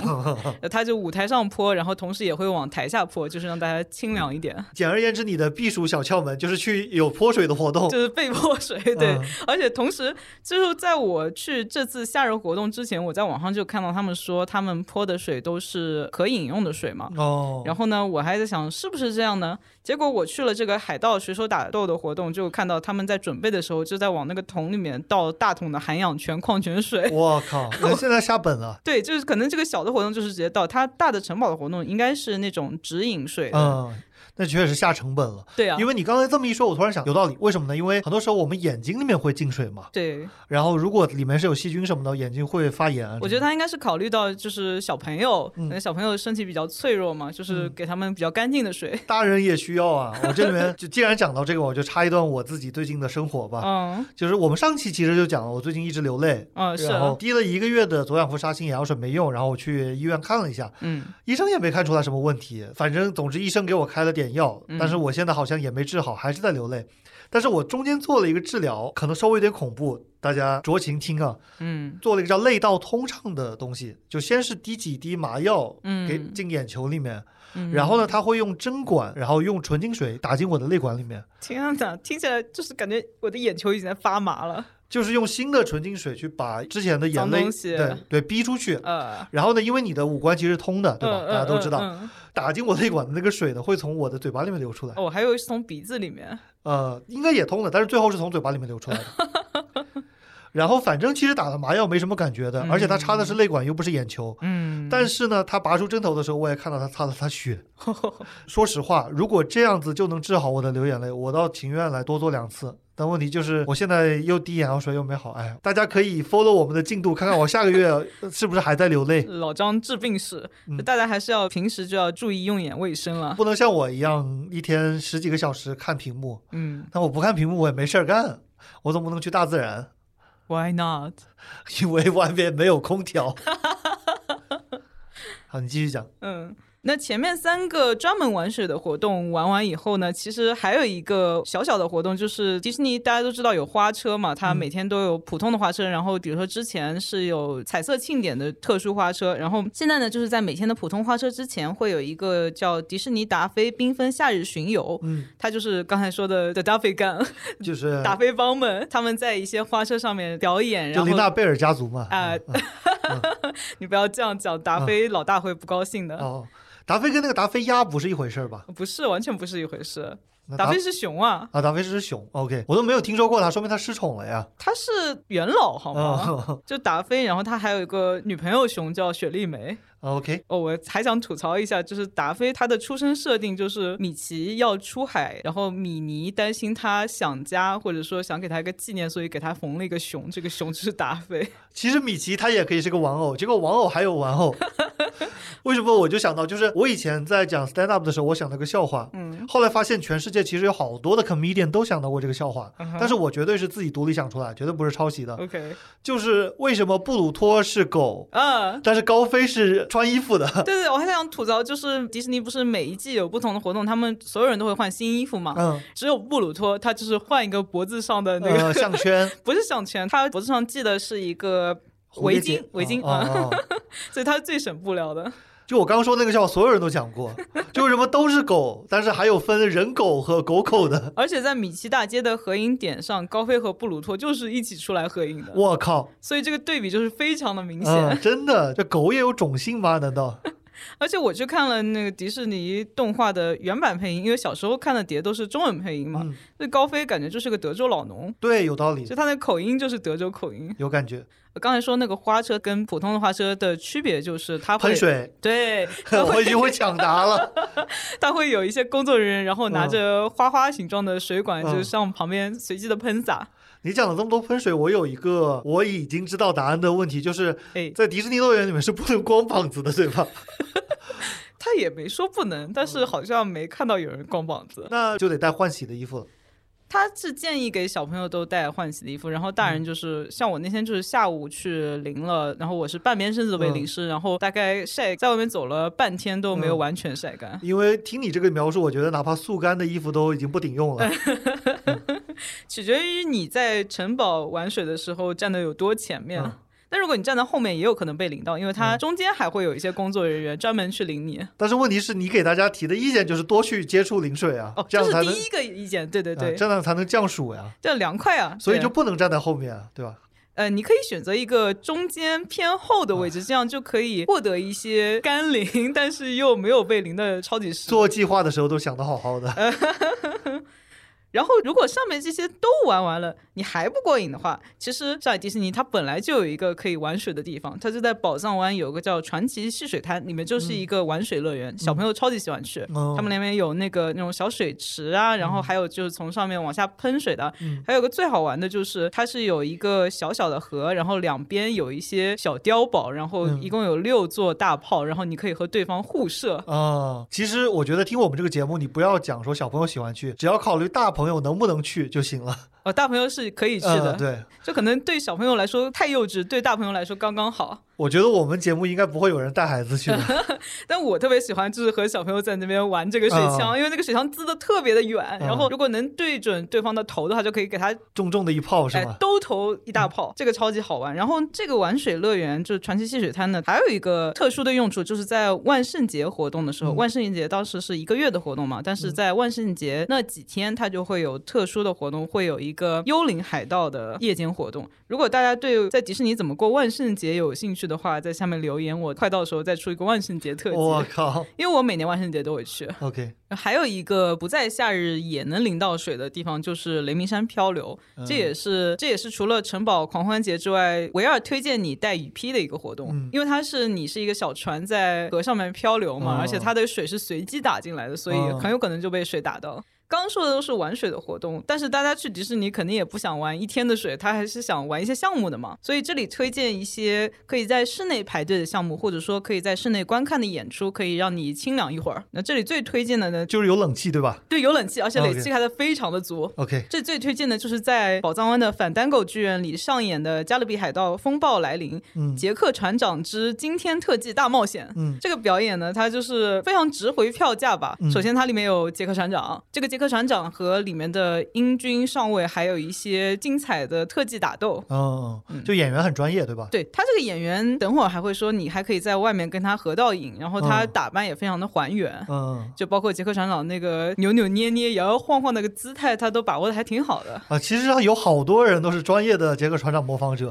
Speaker 1: 呃它就舞台上泼，然后同时也会往台下泼，就是让大家清凉一点，
Speaker 2: 简而言之，你的避暑小窍门就是去有泼水的活动。
Speaker 1: 就是被泼水。对，
Speaker 2: 哦嗯
Speaker 1: 而且同时就是在我去这次夏日活动之前，我在网上就看到他们说他们泼的水都是可饮用的水嘛，
Speaker 2: 哦，
Speaker 1: 然后呢，我还在想是不是这样呢？结果我去了这个海盗水手打斗的活动，就看到他们在准备的时候就在往那个桶里面倒大桶的含氧泉矿泉水。 [LAUGHS]
Speaker 2: 我靠，那现在下本了。
Speaker 1: 对，就是可能这个小的活动就是直接倒，它大的城堡的活动应该是那种直饮水的。
Speaker 2: 嗯，那确实下成本了。
Speaker 1: 对啊
Speaker 2: 因，为你刚才这么一说，我突然想，有道理。为什么呢？因为很多时候我们眼睛里面会进水嘛，
Speaker 1: 对，
Speaker 2: 然后如果里面是有细菌什么的，眼睛会发炎啊。
Speaker 1: 我觉得
Speaker 2: 他
Speaker 1: 他应该是考虑到就是小朋友，
Speaker 2: 嗯
Speaker 1: 可能小朋友身体比较脆弱嘛，就是给他们比较干净的水。
Speaker 2: [LAUGHS] 大人也需要啊。我这里面就既然讲到这个，我就插一段我自己最近的生
Speaker 1: [LAUGHS]
Speaker 2: 活吧。
Speaker 1: 嗯
Speaker 2: 就是我们上期其实就讲了，我最近一直流泪，
Speaker 1: 嗯，是
Speaker 2: 然，后滴了一个月的左眼氟沙星眼药水没用，然后我去医院看了一下，
Speaker 1: 嗯
Speaker 2: 医生也没看出来什么问题，反正总之医生给我开了点药，
Speaker 1: 嗯
Speaker 2: 但是我现在好像也没治好，还是在流泪。但是我中间做了一个治疗，可能稍微有点恐怖，大家酌情听啊。
Speaker 1: 嗯
Speaker 2: 做了一个叫泪道通畅的东西，就先是滴几滴麻药
Speaker 1: 嗯
Speaker 2: 给进眼球里面，
Speaker 1: 嗯。
Speaker 2: 然后呢，他会用针管，然后用纯净水打进我的泪管里面，
Speaker 1: 天哪，听起来就是感觉我的眼球已经在发麻了。
Speaker 2: 就是用新的纯净水去把之前的眼
Speaker 1: 脏
Speaker 2: 泪
Speaker 1: 东西
Speaker 2: 对对逼出去。
Speaker 1: 呃，
Speaker 2: 然后呢，因为你的五官其实是通的，对吧？
Speaker 1: 嗯
Speaker 2: 大家都知道，
Speaker 1: 嗯嗯
Speaker 2: 打进我泪管的那个水呢，会从我的嘴巴里面流出来。
Speaker 1: 嗯哦，还有是从鼻子里面，
Speaker 2: 呃，应该也通了，但是最后是从嘴巴里面流出来
Speaker 1: [LAUGHS]
Speaker 2: 的。然后反正其实打了麻药没什么感觉的，而且他插的是泪管，又不是眼球。
Speaker 1: 嗯
Speaker 2: 但是呢，他拔出针头的时候，我也看到他擦了
Speaker 1: [LAUGHS]
Speaker 2: 擦血。说实话，如果这样子就能治好我的流眼泪，我倒情愿来多做两次。但问题就是，我现在又滴眼药水又没好。哎呀，大家可以 follow 我们的进度，看看我下个月呃是不是还在流泪，
Speaker 1: 老张治病史，
Speaker 2: 嗯
Speaker 1: 大家还是要平时就要注意用眼卫生了。
Speaker 2: 不能像我一样一天十几个小时看屏幕。
Speaker 1: 嗯
Speaker 2: 那我不看屏幕，我也没事儿干，我总不能去大自然。
Speaker 1: ，Why not？
Speaker 2: 因为外面没有
Speaker 1: [LAUGHS]
Speaker 2: 空调。好，你继续讲。
Speaker 1: 嗯。那前面三个专门玩水的活动玩完以后呢，其实还有一个小小的活动，就是迪士尼大家都知道有花车嘛，它
Speaker 2: 嗯
Speaker 1: 每天都有普通的花车，然后比如说之前是有彩色庆典的特殊花车，然后现在呢就是在每天的普通花车之前会有一个叫迪士尼达菲缤纷夏日巡游，
Speaker 2: 嗯，
Speaker 1: 它就是刚才说的的达菲干
Speaker 2: 就是
Speaker 1: 达菲帮们，他们在一些花车上面表演，
Speaker 2: 就
Speaker 1: 然
Speaker 2: 琳
Speaker 1: 后
Speaker 2: 娜贝尔家族嘛。嗯
Speaker 1: 啊，你不要这样讲，达
Speaker 2: 啊
Speaker 1: 菲老大会不高兴的，
Speaker 2: 哦，达菲跟那个达菲鸭不是一回事儿吧？
Speaker 1: 不是完全不是一回事。
Speaker 2: 那
Speaker 1: 达菲是熊啊，
Speaker 2: 啊，达菲是只熊。OK，我都没有听说过它，说明它失宠了呀。
Speaker 1: 他是元老好吗？
Speaker 2: 哦，
Speaker 1: 就达菲，然后他还有一个女朋友熊叫雪莉梅，
Speaker 2: OK，
Speaker 1: 哦，我还想吐槽一下，就是达菲他的出生设定就是米奇要出海，然后米妮担心他想家，或者说想给他一个纪念，所以给他缝了一个熊，这个熊就是达
Speaker 2: [LAUGHS]
Speaker 1: 菲。
Speaker 2: 其实米奇他也可以是个玩偶，结果玩偶还有
Speaker 1: [LAUGHS]
Speaker 2: 玩偶。为什么我就想到，就是我以前在讲 stand up 的时候，我想到个笑话，
Speaker 1: 嗯，
Speaker 2: 后来发现全世界其实有好多的 comedian 都想到过这个笑话，
Speaker 1: 嗯哼
Speaker 2: 但是我绝对是自己独立想出来，绝对不是抄袭的。
Speaker 1: OK，
Speaker 2: 就是为什么布鲁托是狗，
Speaker 1: 嗯、
Speaker 2: 但是高飞是穿衣服的？
Speaker 1: 对对，我还想吐槽，就是迪士尼不是每一季有不同的活动，他们所有人都会换新衣服嘛，
Speaker 2: 嗯，
Speaker 1: 只有布鲁托他就是换一个脖子上啊的那个，
Speaker 2: 呃，项圈、
Speaker 1: 不是项圈，他脖子上系的是一个
Speaker 2: 蝴
Speaker 1: 围
Speaker 2: 蝶结
Speaker 1: 巾，围巾
Speaker 2: 啊
Speaker 1: 啊，
Speaker 2: 啊啊
Speaker 1: [LAUGHS] 所以他是最省布料的。
Speaker 2: 就我刚刚说那个笑话，所有人都讲过，就什么都是狗，但是还有分人狗和狗狗的。
Speaker 1: 而且在米奇大街的合影点上，高飞和布鲁托就是一起出来合影的，
Speaker 2: 我靠，
Speaker 1: 所以这个对比就是非常的明显。
Speaker 2: 嗯，真的，这狗也有种姓吗？难道？
Speaker 1: 而且我去看了那个迪士尼动画的原版配音，因为小时候看的碟都是中文配音嘛
Speaker 2: 嗯，
Speaker 1: 那、高飞感觉就是个德州老农，
Speaker 2: 对，有道理，
Speaker 1: 就他的口音就是德州口音。
Speaker 2: 有感觉。
Speaker 1: 我刚才说那个花车跟普通的花车的区别就是它会 [LAUGHS]
Speaker 2: 喷，水， [LAUGHS]
Speaker 1: 对，它
Speaker 2: 我
Speaker 1: 会
Speaker 2: 已经会抢答了。
Speaker 1: 它会有一些工作人员，然后拿
Speaker 2: 嗯
Speaker 1: 着花花形状的水管，
Speaker 2: 嗯
Speaker 1: 就向旁边随机的喷洒。
Speaker 2: 你讲了这么多喷水，我有一个我已经知道答案的问题，就是
Speaker 1: 哎，
Speaker 2: 在迪士尼乐园里面是不能光膀子的，对吧？ [LAUGHS]
Speaker 1: 他也没说不能，但
Speaker 2: 嗯
Speaker 1: 是好像没看到有人光膀子。
Speaker 2: 那就得带换洗的衣服了。
Speaker 1: 他是建议给小朋友都带换洗的衣服，然后大
Speaker 2: 嗯
Speaker 1: 人就是、像我那天就是下午去淋了，然后我是半边身子都被淋湿，然后大概晒在外面走了半天都没有
Speaker 2: 嗯
Speaker 1: 完全晒干。
Speaker 2: 因为听你这个描述，我觉得哪怕速干的衣服都已经不顶用
Speaker 1: [LAUGHS]
Speaker 2: 了。
Speaker 1: 取决于你在城堡玩水的时候站的有多前面。
Speaker 2: 嗯
Speaker 1: 但如果你站在后面，也有可能被淋到，因为它中间还会有一些工作人员专门去淋你。
Speaker 2: 但是问题是你给大家提的意见就是多去接触淋水啊，
Speaker 1: 哦，这
Speaker 2: 这样
Speaker 1: 是
Speaker 2: 才能、
Speaker 1: 第一个意见，对对
Speaker 2: 啊
Speaker 1: 对，
Speaker 2: 这样才能降暑呀、
Speaker 1: 这凉快啊。
Speaker 2: 所以
Speaker 1: 对
Speaker 2: 就不能站在后面啊，对吧？
Speaker 1: 呃，你可以选择一个中间偏后的位
Speaker 2: 啊
Speaker 1: 置，这样就可以获得一些干淋， [LAUGHS] 但是又没有被淋的超级湿。
Speaker 2: 做计划的时候都想得好
Speaker 1: 呃
Speaker 2: 好的，
Speaker 1: 然后，如果上面这些都玩完了，你还不过瘾的话，其实上海迪士尼它本来就有一个可以玩水的地方，它就在宝藏湾有个叫传奇戏水滩，里面就是一个玩水乐园，小朋友超级喜欢去。
Speaker 2: 嗯，
Speaker 1: 他们那边有那个那种小水池啊，然后还有就是从上面往下喷水的，
Speaker 2: 嗯
Speaker 1: 还有个最好玩的就是它是有一个小小的河，然后两边有一些小碉堡，然后
Speaker 2: 嗯
Speaker 1: 一共有六座大炮，然后你可以和对方互射。
Speaker 2: 啊、其实我觉得听我们这个节目，你不要讲说小朋友喜欢去，只要考虑大朋友能不能去就行了。
Speaker 1: 呃，大朋友是可以去
Speaker 2: 嗯
Speaker 1: 的，
Speaker 2: 对，
Speaker 1: 这可能对小朋友来说太幼稚，对大朋友来说刚刚好。
Speaker 2: 我觉得我们节目应该不会有人带孩子去的。
Speaker 1: [LAUGHS] 但我特别喜欢就是和小朋友在那边玩这个水
Speaker 2: 嗯
Speaker 1: 枪，因为那个水枪滋的特别的远，然后如果能对准对方的头的话，就可以给他
Speaker 2: 重重的一炮哦是
Speaker 1: 哎
Speaker 2: 吗，？嗯
Speaker 1: 兜头一大炮，这个超级好玩。然后这个玩水乐园就是传奇戏水滩呢，还有一个特殊的用处，就是在万圣节活动的时候，
Speaker 2: 嗯
Speaker 1: 万圣节当时是一个月的活动嘛，但是在万圣节那几天，它就会有特殊的活动，会有一个幽灵海盗的夜间活动。如果大家对在迪士尼怎么过万圣节有兴趣的话，在下面留言，我快到的时候再出一个万圣节特辑。
Speaker 2: 我靠
Speaker 1: 因为我每年万圣节都会去，
Speaker 2: ，OK，
Speaker 1: 还有一个不在夏日也能淋到水的地方，就是雷鸣山漂流。这也是这也是除了城堡狂欢节之外，维尔推荐你带雨披的一个活动，
Speaker 2: 嗯
Speaker 1: 因为它是你是一个小船在河上面漂流嘛，
Speaker 2: 哦
Speaker 1: 而且它的水是随机打进来的，所以
Speaker 2: 哦
Speaker 1: 很有可能就被水打到。刚说的都是玩水的活动，但是大家去迪士尼肯定也不想玩一天的水，他还是想玩一些项目的嘛。所以这里推荐一些可以在室内排队的项目，或者说可以在室内观看的演出，可以让你清凉一会儿。那这里最推荐的呢，
Speaker 2: 就是有冷气对吧
Speaker 1: 对，有冷气，而且
Speaker 2: OK
Speaker 1: 冷气开的非常的足。
Speaker 2: ？OK，
Speaker 1: 这最推荐的就是在宝藏湾的反丹狗剧院里上演的《加勒比海盗：风暴来临》
Speaker 2: 嗯
Speaker 1: 杰克船长之惊天特技大冒险。
Speaker 2: 嗯
Speaker 1: 这个表演呢，它就是非常值回票价吧。
Speaker 2: 嗯
Speaker 1: 首先，它里面有杰克船长，这个杰克船长和里面的英军上尉还有一些精彩的特技打斗。
Speaker 2: 嗯，嗯就演员很专业对吧？
Speaker 1: 对他这个演员，等会儿还会说你还可以在外面跟他合到影，然后他
Speaker 2: 嗯
Speaker 1: 打扮也非常的还原，
Speaker 2: 嗯
Speaker 1: 就包括杰克船长那个扭扭捏捏、摇摇晃晃那个姿态，他都把握的还挺好的。
Speaker 2: 啊，其实有好多人都是专业的杰克船长
Speaker 1: [LAUGHS]
Speaker 2: 模仿者，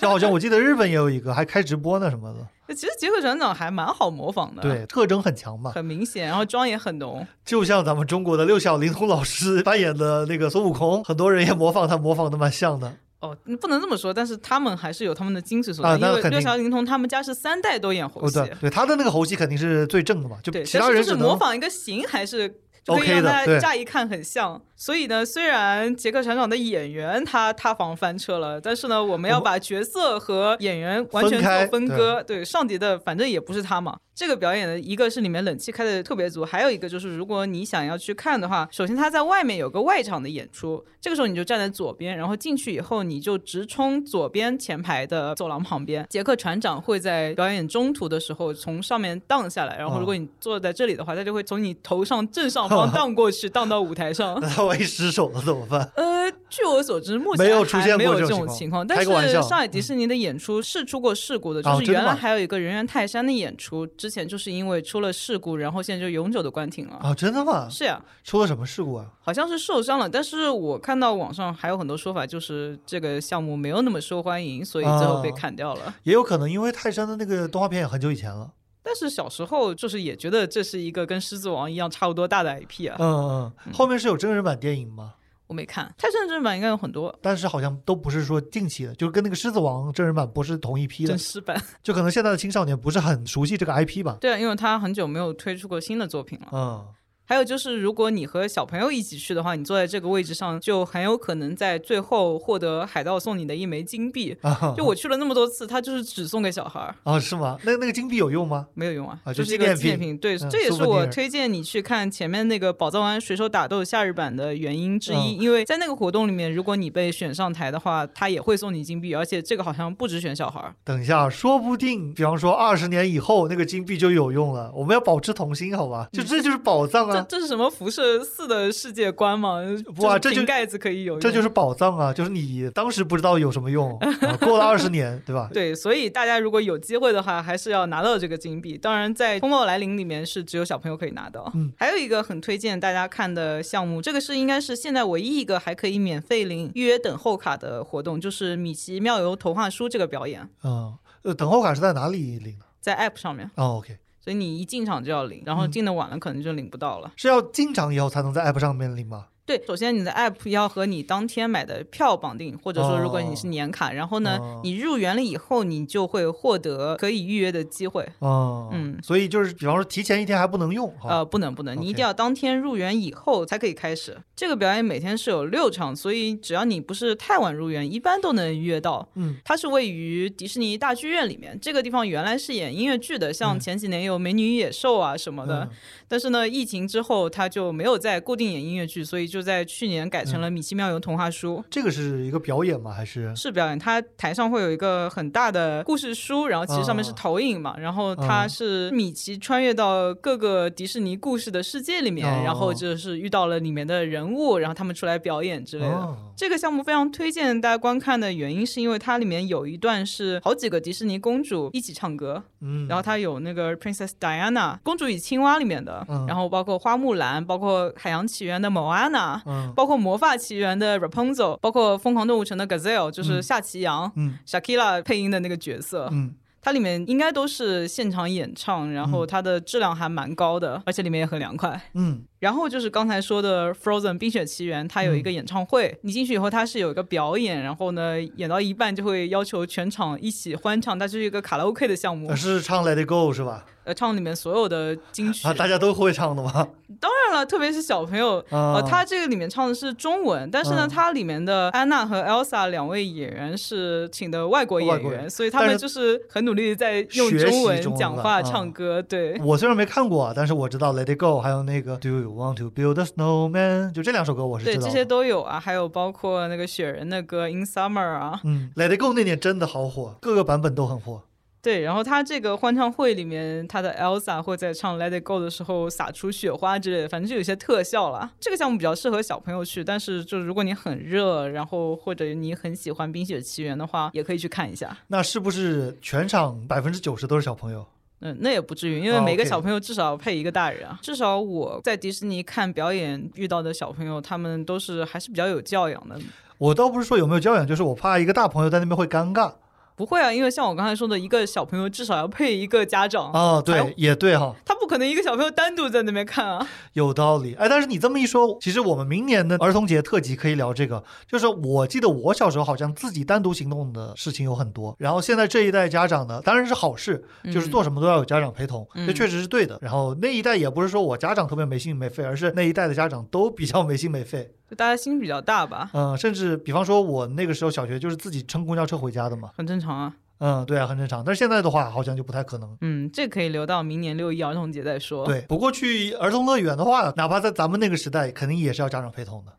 Speaker 2: 就好像我记得日本也有一个还开直播呢什么的，
Speaker 1: 其实杰克船长还蛮好模仿的，，
Speaker 2: 对，特征很强嘛，
Speaker 1: 很明显，然后妆也很浓。
Speaker 2: 就像咱们中国的六小龄童老师扮演的那个孙悟空，很多人也模仿他，模仿的蛮像的。
Speaker 1: 哦，你不能这么说，但是他们还是有他们的精髓所
Speaker 2: 啊
Speaker 1: 在，
Speaker 2: 那
Speaker 1: 因为
Speaker 2: 肯定
Speaker 1: 六小龄童他们家是三代都演猴
Speaker 2: 哦，
Speaker 1: 戏，
Speaker 2: 对对，他的那个猴戏肯定是最正的嘛，就
Speaker 1: 对，
Speaker 2: 其
Speaker 1: 但
Speaker 2: 他
Speaker 1: 是
Speaker 2: 人
Speaker 1: 就是
Speaker 2: 只
Speaker 1: 模
Speaker 2: 能
Speaker 1: 仿一个型还是。就可以
Speaker 2: OK
Speaker 1: 让
Speaker 2: 的
Speaker 1: 大家
Speaker 2: 对
Speaker 1: 乍一看很像，所以呢，虽然杰克船长的演员他塌房翻车了，但是呢，我们要把角色和演员完全
Speaker 2: 分开
Speaker 1: 做分割。对，上级的反正也不是他嘛。这个表演的一个是里面冷气开的特别足，还有一个就是如果你想要去看的话，首先他在外面有个外场的演出，这个时候你就站在左边，然后进去以后你就直冲左边前排的走廊旁边。杰克船长会在表演中途的时候从上面荡下来，然
Speaker 2: 哦
Speaker 1: 后如果你坐在这里的话，他就会从你头上正上方 [LAUGHS] 荡过去，荡到舞台上。
Speaker 2: 那 [LAUGHS] 他万一失手了怎么办？
Speaker 1: [LAUGHS] 呃，据我所知，目前
Speaker 2: 没有
Speaker 1: 还
Speaker 2: 出现
Speaker 1: 没
Speaker 2: 过
Speaker 1: 有
Speaker 2: 这种
Speaker 1: 种
Speaker 2: 情
Speaker 1: 情况。
Speaker 2: 况
Speaker 1: 但
Speaker 2: 开个玩笑
Speaker 1: 是上海迪士尼的演出是出过事故的，
Speaker 2: 哦
Speaker 1: 就是
Speaker 2: 真的
Speaker 1: 原
Speaker 2: 吗
Speaker 1: 来还有一个人猿泰山的演出，之前就是因为出了事故，然后现在就永久的关停了。
Speaker 2: 啊，真的吗？
Speaker 1: 是呀、
Speaker 2: 出了什么事故啊？
Speaker 1: 好像是受伤了，但是我看到网上还有很多说法，就是这个项目没有那么受欢迎，所以最后被
Speaker 2: 啊
Speaker 1: 砍掉了。
Speaker 2: 也有可能因为泰山的那个动画片也很久以前了。
Speaker 1: 但是小时候就是也觉得这是一个跟狮子王一样差不多大的 IP 啊，
Speaker 2: 嗯嗯，后面是有真人版电影吗？
Speaker 1: 我没看。泰山正版应该有很多，
Speaker 2: 但是好像都不是说近期的，就是跟那个《狮子王》真人版不是同一批的
Speaker 1: 真，狮版。
Speaker 2: 就可能现在的青少年不是很熟悉这个 IP 吧。
Speaker 1: [LAUGHS] 对啊，因为他很久没有推出过新的作品了。
Speaker 2: 嗯，
Speaker 1: 还有就是，如果你和小朋友一起去的话，你坐在这个位置上，就很有可能在最后获得海盗送你的一枚金币。
Speaker 2: 啊 [LAUGHS]
Speaker 1: 就我去了那么多次，他就是只送给小孩儿，
Speaker 2: 啊，是吗？那那个金币有用吗？
Speaker 1: 没有用啊，
Speaker 2: 啊就
Speaker 1: 就是一
Speaker 2: 纪
Speaker 1: 个
Speaker 2: 念
Speaker 1: 纪念
Speaker 2: 品
Speaker 1: 品。对，
Speaker 2: 嗯
Speaker 1: 这也是
Speaker 2: souvenir
Speaker 1: 我推荐你去看前面那个《宝藏湾水手打斗》夏日版的原因之一，
Speaker 2: 嗯
Speaker 1: 因为在那个活动里面，如果你被选上台的话，他也会送你金币，而且这个好像不只选小孩儿。
Speaker 2: 等一下，说不定，比方说二十年以后那个金币就有用了。我们要保持童心，好吧？就这就是宝藏
Speaker 1: 这
Speaker 2: 啊，
Speaker 1: 这是什么辐射四的世界观吗？
Speaker 2: 哇
Speaker 1: 是
Speaker 2: 这就
Speaker 1: 瓶盖子可以有用，
Speaker 2: 这就是宝藏啊，就是你当时不知道有什么用，啊、过了二十年，对吧？
Speaker 1: 对，所以大家如果有机会的话，还是要拿到这个金币。当然，在《风暴来临》里面是只有小朋友可以拿到。
Speaker 2: 嗯，
Speaker 1: 还有一个很推荐大家看的项目，这个是应该是现在唯一一个还可以免费领预约等候卡的活动，就是米奇妙游童话书这个表演，
Speaker 2: 嗯，呃，等候卡是在哪里领的？
Speaker 1: 在 App 上面，
Speaker 2: 哦，OK，
Speaker 1: 所以你一进场就要领，然后
Speaker 2: 嗯
Speaker 1: 进的晚了可能就领不到了。
Speaker 2: 是要进场以后才能在 App 上面领吗？
Speaker 1: 对，首先你的 app 要和你当天买的票绑定，或者说如果你是年卡，然后呢，
Speaker 2: 哦
Speaker 1: 你入园了以后，你就会获得可以预约的机会。
Speaker 2: 哦，
Speaker 1: 嗯
Speaker 2: 所以就是，比方说提前一天还不能用，哈、
Speaker 1: 呃，不能不能，你一
Speaker 2: OK
Speaker 1: 定要当天入园以后才可以开始。这个表演每天是有六场，所以只要你不是太晚入园，一般都能约到。
Speaker 2: 嗯，
Speaker 1: 它是位于迪士尼大剧院里面，这个地方原来是演音乐剧的，像
Speaker 2: 嗯
Speaker 1: 前几年有《美女与野兽》啊什么的，
Speaker 2: 嗯
Speaker 1: 但是呢，疫情之后它就没有再固定演音乐剧，所以就在去年改成了《米奇妙游童话书》。
Speaker 2: 这个是一个表演吗？还是
Speaker 1: 是表演，它台上会有一个很大的故事书，然后其实上面是
Speaker 2: 哦嗯
Speaker 1: 投影嘛，然后它是米奇穿越到各个迪士尼故事的世界里面，
Speaker 2: 哦
Speaker 1: 然后就是遇到了里面的人物，然后他们出来表演之类的。
Speaker 2: 哦
Speaker 1: 这个项目非常推荐大家观看的原因，是因为它里面有一段是好几个迪士尼公主一起唱歌，
Speaker 2: 嗯，
Speaker 1: 然后它有那个 Princess Diana《公主与青蛙》里面的，
Speaker 2: 嗯
Speaker 1: 然后包括花木兰，包括《海洋奇缘》的 Moana，
Speaker 2: 嗯
Speaker 1: 包括《魔法奇缘》的 Rapunzel，包括《疯狂动物城》的 Gazelle，就是
Speaker 2: 嗯
Speaker 1: 夏奇阳、
Speaker 2: 嗯
Speaker 1: Shakira 配音的那个角色，
Speaker 2: 嗯，
Speaker 1: 它里面应该都是现场演唱，然后它的质量还蛮高的，而且里面也很凉快。
Speaker 2: 嗯，
Speaker 1: 然后就是刚才说的《Frozen》冰雪奇缘，它有一个演唱会，你进去以后它是有一个表演，然后呢演到一半就会要求全场一起欢唱，它就是一个卡拉 OK 的项目
Speaker 2: 呃，是唱《Let It Go》是吧？
Speaker 1: 呃，唱里面所有的金曲。
Speaker 2: 啊，大家都会唱的吗？
Speaker 1: 当然了，特别是小朋友，
Speaker 2: 啊，
Speaker 1: 呃，它这个里面唱的是中文，但是呢，
Speaker 2: 嗯
Speaker 1: 它里面的安娜和 Elsa 两位演员是请的外国
Speaker 2: 外
Speaker 1: 演
Speaker 2: 国
Speaker 1: 员，
Speaker 2: 人
Speaker 1: 所以他
Speaker 2: 但
Speaker 1: 们
Speaker 2: 是
Speaker 1: 就是很努力地在用
Speaker 2: 学习
Speaker 1: 中文
Speaker 2: 中文
Speaker 1: 讲
Speaker 2: 了
Speaker 1: 话、
Speaker 2: 嗯
Speaker 1: 唱歌。对，
Speaker 2: [LAUGHS] 我虽然没看过啊，但是我知道《Let It Go》，还有那个《Do You Want to Build a Snowman》，就这两首歌我是
Speaker 1: 对，
Speaker 2: 知道
Speaker 1: 这
Speaker 2: 的。
Speaker 1: 些都有啊，还有包括那个雪人的歌《In Summer》啊，
Speaker 2: 嗯，《Let It Go》那年真的好火，各个版本都很火。
Speaker 1: 对。然后他这个欢唱会里面，他的 Elsa 会在唱《Let It Go》的时候撒出雪花之类的，反正就有一些特效啦。这个项目比较适合小朋友去，但是就如果你很热，然后或者你很喜欢《冰雪奇缘》的话，也可以去看一下。
Speaker 2: 那是不是全场百分之九十都是小朋友？
Speaker 1: 嗯，那也不至于，因为
Speaker 2: 哦
Speaker 1: 每个
Speaker 2: OK
Speaker 1: 小朋友至少配一个大人啊。至少我在迪士尼看表演遇到的小朋友，他们都是还是比较有教养的。
Speaker 2: 我倒不是说有没有教养，就是我怕一个大朋友在那边会尴尬。
Speaker 1: 不会啊，因为像我刚才说的，一个小朋友至少要配一个家长，
Speaker 2: 哦，
Speaker 1: 还有
Speaker 2: 对，也对哈、
Speaker 1: 他不可能一个小朋友单独在那边看啊。
Speaker 2: 有道理。哎，但是你这么一说，其实我们明年的儿童节特辑可以聊这个。就是我记得我小时候好像自己单独行动的事情有很多，然后现在这一代家长呢，当然是好事，就是做什么都要有家长陪同，
Speaker 1: 嗯
Speaker 2: 这确实是对的。然后那一代也不是说我家长特别没心没肺，而是那一代的家长都比较没心没肺。
Speaker 1: 就大家心比较大吧，
Speaker 2: 嗯，甚至比方说我那个时候小学就是自己乘公交车回家的嘛。
Speaker 1: 很正常啊。
Speaker 2: 嗯，对啊，很正常。但是现在的话，好像就不太可能。
Speaker 1: 嗯，这可以留到明年六一儿童节再说。，
Speaker 2: 对，不过去儿童乐园的话，哪怕在咱们那个时代，肯定也是要家长陪同的。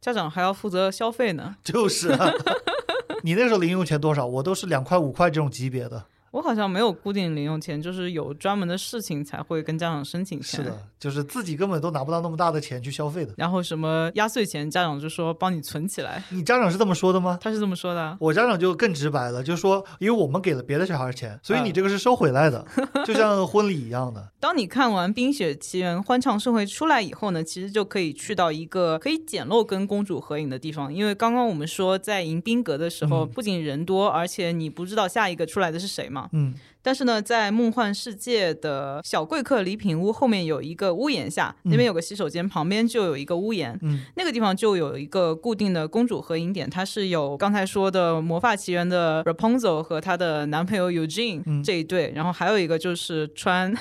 Speaker 1: 家长还要负责消费呢。
Speaker 2: 就是、啊， [LAUGHS] 你那时候零用钱多少？我都是两块五块这种级别的。
Speaker 1: 我好像没有固定零用钱，就是有专门的事情才会跟家长申请钱。
Speaker 2: 是。的，就是自己根本都拿不到那么大的钱去消费的。
Speaker 1: 然后什么压岁钱，家长就说帮你存起来，
Speaker 2: 你家长是这么说的吗？
Speaker 1: 他是这么说的啊。
Speaker 2: 我家长就更直白了，就说因为我们给了别的小孩钱，所以
Speaker 1: 嗯
Speaker 2: 你这个是收回
Speaker 1: [LAUGHS]
Speaker 2: 来的，就像婚礼一样的。
Speaker 1: 当你看完《冰雪奇缘：欢唱盛会》出来以后呢，其实就可以去到一个可以简陋跟公主合影的地方，因为刚刚我们说在迎宾阁的时候，不仅人多，而且你不知道下一个出来的是谁嘛。
Speaker 2: 嗯，
Speaker 1: 但是呢，在梦幻世界的小贵客礼品屋后面有一个屋檐下，那边有个洗手间，旁边就有一个屋檐。
Speaker 2: 嗯，
Speaker 1: 那个地方就有一个固定的公主合影点，它是有刚才说的《魔法奇缘》的 Rapunzel 和她的男朋友 Eugene、这
Speaker 2: 嗯
Speaker 1: 一对，然后还有一个就是穿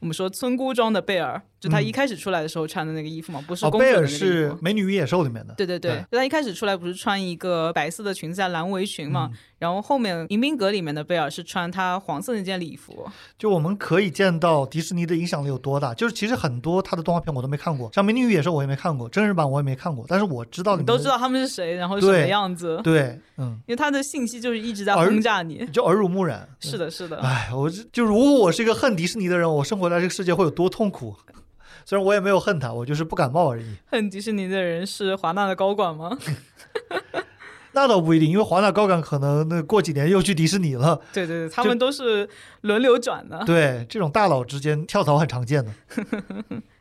Speaker 1: 我们说村姑装的贝尔，就她一开始出来的时候穿的那个衣服嘛，不是
Speaker 2: 嗯哦，
Speaker 1: 公主的那
Speaker 2: 贝
Speaker 1: 个
Speaker 2: 尔
Speaker 1: 衣服。
Speaker 2: 是《美女与野兽》里面的。
Speaker 1: 对对对
Speaker 2: 对，
Speaker 1: 就她一开始出来不是穿一个白色的裙子加蓝围裙
Speaker 2: 嗯
Speaker 1: 嘛，然后后面迎宾阁里面的贝尔是穿她黄色那件礼服，
Speaker 2: 就我们可以见到迪士尼的影响力有多大。就是其实很多它的动画片我都没看过，像《美女与野兽》我也没看过，真人版我也没看过，但是我知道里
Speaker 1: 你
Speaker 2: 面
Speaker 1: 都
Speaker 2: 的
Speaker 1: 知。道他们是谁，然后是什么
Speaker 2: 对
Speaker 1: 样子，
Speaker 2: 对，
Speaker 1: [LAUGHS]
Speaker 2: 嗯，
Speaker 1: 因为她的信息就是一直在
Speaker 2: 而
Speaker 1: 轰炸
Speaker 2: [LAUGHS]
Speaker 1: 你。
Speaker 2: 就耳濡目染。
Speaker 1: 是的， [LAUGHS] 是的。
Speaker 2: 哎，我这就如果我是一个恨迪士尼的人，我生活在这个世界会有多痛苦？ [LAUGHS] 虽然我也没有恨他，我就是不感冒而已。
Speaker 1: 恨迪士尼的人是华纳的高管吗？
Speaker 2: 那倒不一定，因为华纳高管可能那过几年又去迪士尼了。
Speaker 1: 对对对，他们都是轮流转的。
Speaker 2: 对，这种大佬之间跳槽很常见的。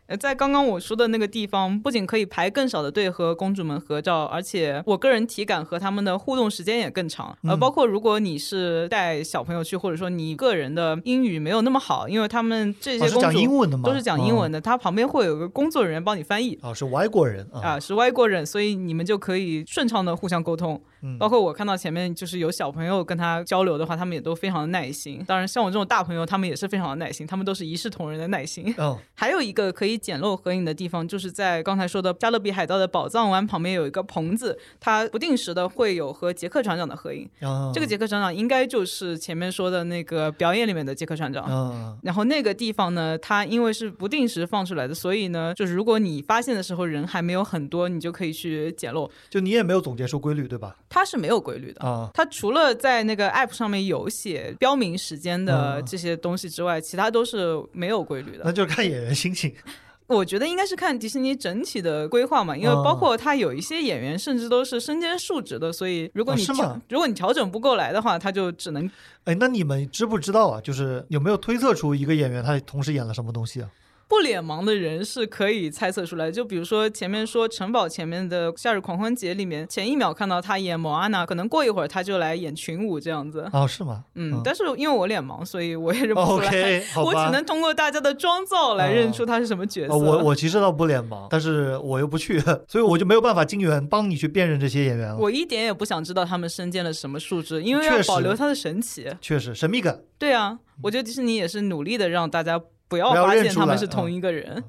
Speaker 1: 呃在刚刚我说的那个地方，不仅可以排更少的队和公主们合照，而且我个人体感和他们的互动时间也更长。呃，
Speaker 2: 嗯
Speaker 1: 包括如果你是带小朋友去，或者说你个人的英语没有那么好，因为他们这
Speaker 2: 哦、
Speaker 1: 些
Speaker 2: 是
Speaker 1: 公
Speaker 2: 讲英
Speaker 1: 主
Speaker 2: 文的吗？哦
Speaker 1: 都是讲英文的，他旁边会有个工作人员帮你翻译。
Speaker 2: 哦。哦，是外国人啊。
Speaker 1: 啊，是外国人，所以你们就可以顺畅的互相沟通。
Speaker 2: 嗯
Speaker 1: 包括我看到前面就是有小朋友跟他交流的话，他们也都非常的耐心。当然，像我这种大朋友，他们也是非常的耐心，他们都是一视同仁的耐心。 [LAUGHS]
Speaker 2: 嗯，
Speaker 1: 还有一个可以简陋合影的地方，就是在刚才说的加勒比海盗的宝藏湾旁边有一个棚子，它不定时的会有和杰克船长的合影。
Speaker 2: 嗯
Speaker 1: 这个杰克船长应该就是前面说的那个表演里面的杰克船长。
Speaker 2: 嗯，
Speaker 1: 然后那个地方呢，它因为是不定时放出来的，所以呢，就是如果你发现的时候人还没有很多，你就可以去捡漏。
Speaker 2: 就你也没有总结出规律对吧？
Speaker 1: 它是没有规律的。
Speaker 2: 啊、
Speaker 1: 它除了在那个 app 上面有写标明时间
Speaker 2: 嗯
Speaker 1: 的这些东西之外，其他都是没有规律
Speaker 2: 那
Speaker 1: 的。
Speaker 2: 就是看演员心情。 [LAUGHS]
Speaker 1: 我觉得应该是看迪士尼整体的规划嘛，因为
Speaker 2: 嗯
Speaker 1: 包括它有一些演员甚至都是身兼数职的，所以如果
Speaker 2: 哦
Speaker 1: 你
Speaker 2: 是
Speaker 1: 调、
Speaker 2: 吗
Speaker 1: 如果你调整不过来的话，它就只能
Speaker 2: 哎，那你们知不知道啊？就是有没有推测出一个演员他同时演了什么东
Speaker 1: [LAUGHS]
Speaker 2: 西啊？
Speaker 1: 不脸盲的人是可以猜测出来，就比如说前面说城堡前面的《夏日狂欢节》里面，前一秒看到他演莫安娜，可能过一会儿他就来演群舞这样子。
Speaker 2: 哦，是吗？
Speaker 1: 嗯，但是因为我脸盲，所以我也
Speaker 2: [LAUGHS]
Speaker 1: 认不出来。
Speaker 2: 哦
Speaker 1: [LAUGHS]
Speaker 2: OK，好吧。
Speaker 1: 我只能通过大家的妆造来认出他是什么角色。 [LAUGHS]
Speaker 2: 呃，我我其实倒不脸盲，但是我又不去，所以我就没有办法金源帮你去辨认这些演员了。
Speaker 1: 我一点也不想知道他们身兼了什么数值，因为
Speaker 2: 确
Speaker 1: 要
Speaker 2: 实
Speaker 1: 保留它的神奇。
Speaker 2: 确实神秘感，
Speaker 1: 对啊，我觉得迪士尼也是努力的让大家不要
Speaker 2: 不要
Speaker 1: 发
Speaker 2: 认
Speaker 1: 现
Speaker 2: 出
Speaker 1: 他们
Speaker 2: 来
Speaker 1: 是同
Speaker 2: 嗯
Speaker 1: 一个人。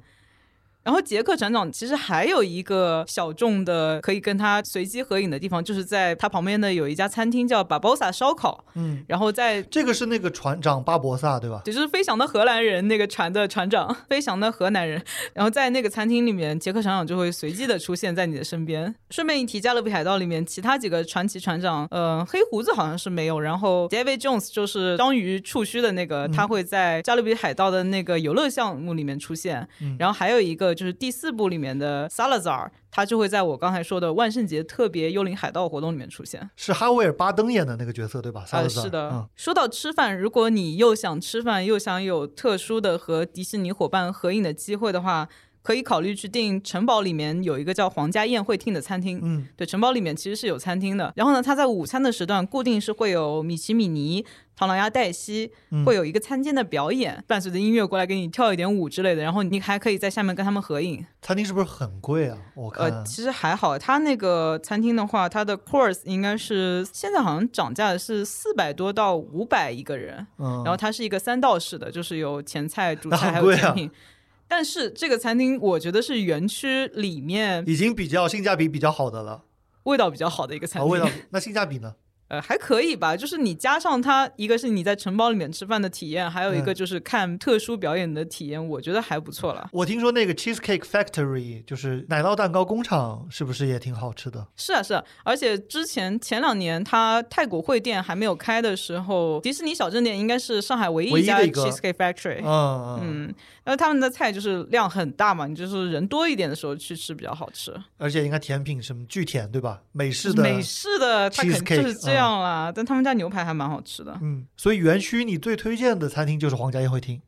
Speaker 1: 然后杰克船长其实还有一个小众的可以跟他随机合影的地方，就是在他旁边的有一家餐厅叫 Barbosa 烧烤，
Speaker 2: 嗯，
Speaker 1: 然后在。
Speaker 2: 这个是那个船长巴博萨对吧？
Speaker 1: 就是飞翔的荷兰人那个船的船长， [LAUGHS] 飞翔的荷兰人，然后在那个餐厅里面，杰克船长就会随机的出现在你的身边。顺便一提，《加勒比海盗》里面其他几个传奇船长，呃，黑胡子好像是没有，然后 David Jones 就是章鱼触须的那个，他会在《加勒比海盗》的那个游乐项目里面出现。然后还有一个就是第四部里面的 Salazar，他就会在我刚才说的万圣节特别幽灵海盗活动里面出现。
Speaker 2: 是哈维尔巴登演的那个角色对吧？萨
Speaker 1: 呃，
Speaker 2: 勒萨
Speaker 1: 是的。
Speaker 2: 嗯，
Speaker 1: 说到吃饭，如果你又想吃饭，又想有特殊的和迪士尼伙伴合影的机会的话，可以考虑去订城堡里面有一个叫皇家宴会厅的餐厅。
Speaker 2: 嗯，
Speaker 1: 对，城堡里面其实是有餐厅的。然后呢，它在午餐的时段固定是会有米奇米妮、唐老鸭黛西，
Speaker 2: 嗯
Speaker 1: 会有一个餐间的表演，伴随着音乐过来给你跳一点舞之类的。然后你还可以在下面跟他们合影。
Speaker 2: 餐厅是不是很贵啊？我看、
Speaker 1: 呃，其实还好，它那个餐厅的话，它的 course 应该是现在好像涨价的是四百多到五百一个人。
Speaker 2: 嗯，
Speaker 1: 然后它是一个三道式的，就是有前菜、主
Speaker 2: 那
Speaker 1: 菜
Speaker 2: 很
Speaker 1: 还有
Speaker 2: 贵啊
Speaker 1: 甜品。但是这个餐厅，我觉得是园区里面
Speaker 2: 已经比较性价比比较好的了，
Speaker 1: 味道比较好的一个餐
Speaker 2: 啊，
Speaker 1: 厅。 [LAUGHS]
Speaker 2: 味道那性价比呢？
Speaker 1: 呃，还可以吧，就是你加上它，一个是你在城堡里面吃饭的体验，还有一个
Speaker 2: 嗯
Speaker 1: 就是看特殊表演的体验，我觉得还不错了。
Speaker 2: 我听说那个 Cheesecake Factory 就是奶酪蛋糕工厂，是不是也挺好吃的？
Speaker 1: 是啊，是啊，而且之前前两年它泰国汇店还没有开的时候，迪士尼小镇店应该是上海唯一
Speaker 2: 唯
Speaker 1: 一
Speaker 2: 一
Speaker 1: 家
Speaker 2: 的一个
Speaker 1: Cheesecake Factory。
Speaker 2: 嗯嗯，
Speaker 1: 嗯，然后他们的菜就是量很大嘛，你就是人多一点的时候去吃比较好吃。
Speaker 2: 而且应该甜品什么巨甜对吧？美式的，
Speaker 1: 美式的，它肯定
Speaker 2: cheesecake，
Speaker 1: 就是这样啦。但他们家牛排还蛮好吃的。
Speaker 2: 嗯，所以园区你最推荐的餐厅就是皇家宴会厅。